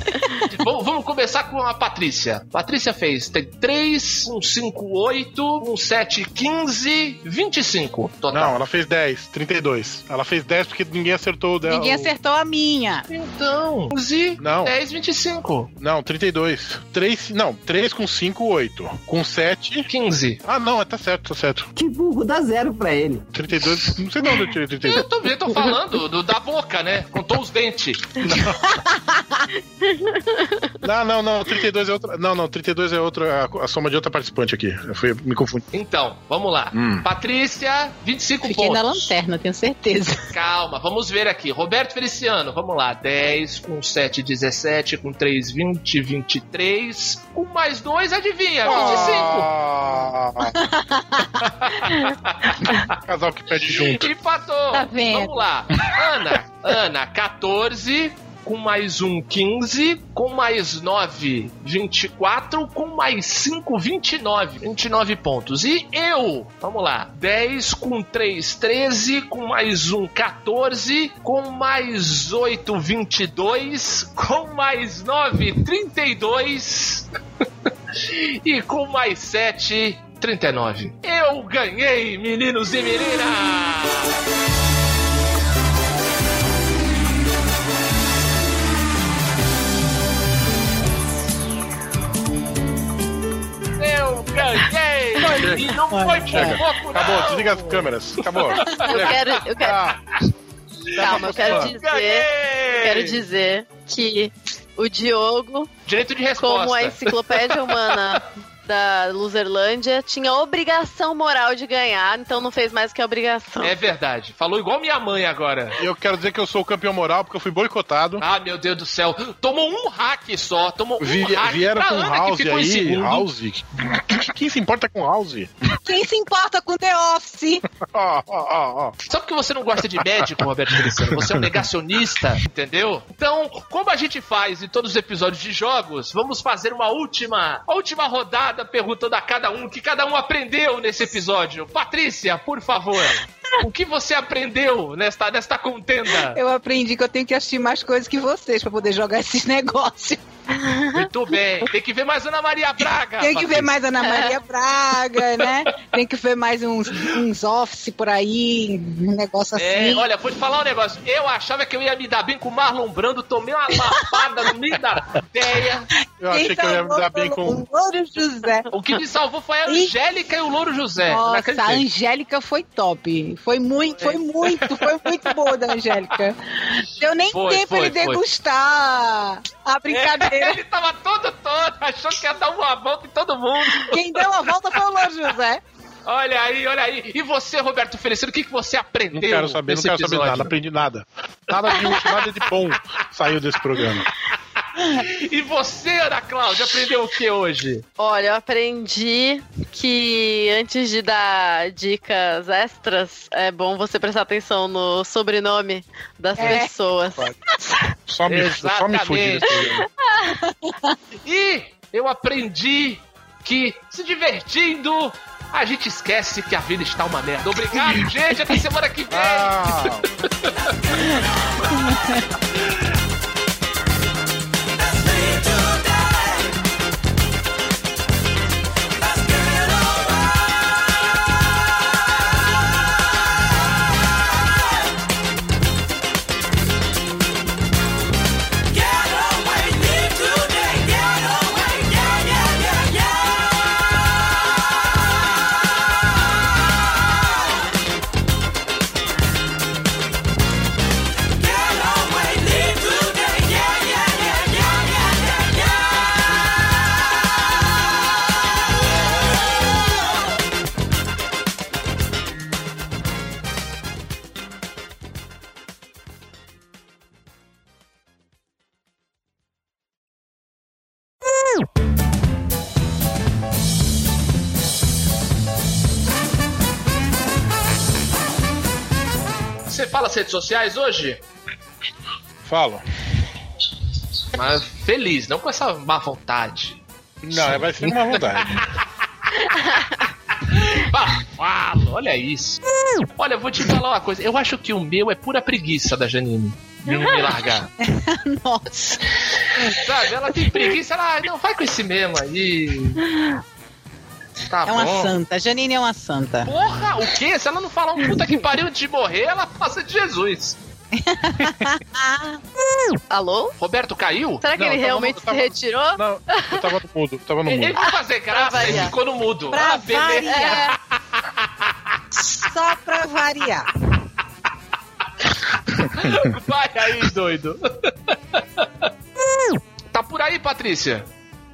vamos, vamos começar com a Patrícia. Patrícia fez tem 3, um 5, 8, um 7, 15, 25. Total. Não, ela fez 10, 32. Ela fez 10 porque ninguém acertou o dela. Ninguém o- acertou a minha. minha. Então, use Não. 10, 25. Não, 32. 3, não, 3 com 5, 8. Com 7. 15. Ah, não, é, tá certo, tá certo. Que burro, dá zero pra ele. 32, não sei de onde eu tirei 32. Eu tô, eu tô falando do, da boca, né? Contou os dentes. Não, não, não, 32 é outra. Não, não, 32 é outra, a, a soma de outra participante aqui. Eu fui, me confundi. Então, vamos lá. Hum. Patrícia, 25 Fiquei pontos. na lanterna, tenho certeza. Calma, vamos ver aqui. Roberto Feliciano, vamos lá. 10, com 7, 17, com 3, 20, 23. Com mais 2, adivinha? Ah! 25. Casal que pede junto. Empatou. Tá vendo? Vamos lá. Ana, Ana, 14. Com mais um, 15. Com mais 9, 24. Com mais 5, 29. 29 pontos. E eu, vamos lá. 10 com 3, 13. Com mais um, 14. Com mais 8, 22. Com mais 9, 32. e com mais 7, 39. Eu ganhei, meninos e meninas! Eu ganhei! E não foi Chega. por pouco, Acabou, não. desliga as câmeras. Acabou. Eu quero, eu quero, Ah, calma, eu quero Vamos Ganhei! dizer, eu quero dizer que o Diogo, Direito de resposta. como a enciclopédia humana da Luzerlândia, tinha obrigação moral de ganhar, então não fez mais que a obrigação. É verdade. Falou igual minha mãe agora. e eu quero dizer que eu sou o campeão moral porque eu fui boicotado. Ah, meu Deus do céu. Tomou um hack só. Tomou um Vi- hack. vieram Pra com Ana, né, que House ficou em aí. segundo. House? Quem se importa com House? Quem se importa com The Office? Ó, ó, ó, ó. Sabe que você não gosta de médico, Roberto Feliciano? Você é um negacionista, entendeu? Então, como a gente faz em todos os episódios de jogos, vamos fazer uma última, a última rodada perguntando a cada um o que cada um aprendeu nesse episódio. Patrícia, por favor, o que você aprendeu nesta, nesta contenda? Eu aprendi que eu tenho que assistir mais coisas que vocês pra poder jogar esses negócios. Muito bem. Tem que ver mais Ana Maria É, Braga. Tem que Patrícia. ver mais Ana Maria Braga, né? Tem que ver mais uns, uns office por aí, um negócio É, assim. olha, vou te falar um negócio. Eu achava que eu ia me dar bem com o Marlon Brando, tomei uma lapada no meio da ideia. Eu achei que eu Então, ia me dar bem com. tá O Louro José. O que me salvou foi a Angélica e o Louro É, José. Não Nossa, a acreditei. Angélica foi top. Foi muito, foi muito, foi muito boa da Angélica. Deu nem Foi, tempo foi, ele foi. degustar a brincadeira. Ele tava todo todo, achou que ia dar uma volta em todo mundo. É. Quem deu a volta foi o Louro José. Olha aí, olha aí. E você, Roberto Feliciano, o que, que você aprendeu? Não quero saber, não nesse quero saber episódio? nada, não aprendi nada. Nada de útil, nada de bom saiu desse programa. E você, Ana Cláudia, aprendeu o que hoje? Olha, eu aprendi que antes de dar dicas extras, é bom você prestar atenção no sobrenome das É. pessoas. Só me, só me fudi desse programa. E eu aprendi que se divertindo. A gente esquece que a vida está uma merda. Obrigado, gente. Até semana que vem. Ah! Você fala as redes sociais hoje? Falo. Mas feliz, não com essa má vontade. Não, vai ser uma vontade. Ah, Falo, olha isso. Olha, eu vou te falar uma coisa. Eu acho que o meu é pura preguiça da Janine. De não me largar. Nossa. Sabe? Ela tem preguiça, ela "Ah, não vai com esse mesmo aí. Tá é uma bom. santa. A Janine é uma santa. Porra, o quê? Se ela não falar um puta que pariu antes de morrer, ela passa de Jesus. Alô? Roberto caiu? Será que Não, eu ele tava realmente no- eu tava- se retirou? Não, eu tava no mudo, eu tava no Ele ele mudo. foi fazer graça e variar. ficou no mudo. Pra Ah, beleza. É. variar. Só pra variar. Vai aí, doido. Tá por aí, Patrícia?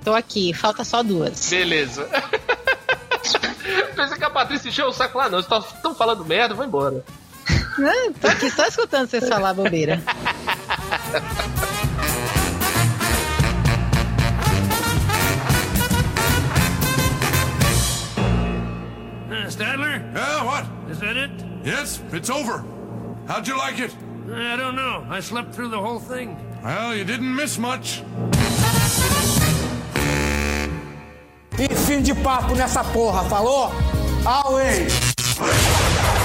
Tô aqui, falta só duas. Beleza. Pensei que a Patrícia encheu o saco lá, não. Vocês estão falando merda, vou embora. Não, tô aqui só escutando vocês falar bobeira. Uh, Stadler? Yeah, what? Is that it? Yes, it's over. How'd you like it? Uh, I don't know. I slept through the whole thing. Well, you didn't miss much. E fim de papo nessa porra, falou? Away!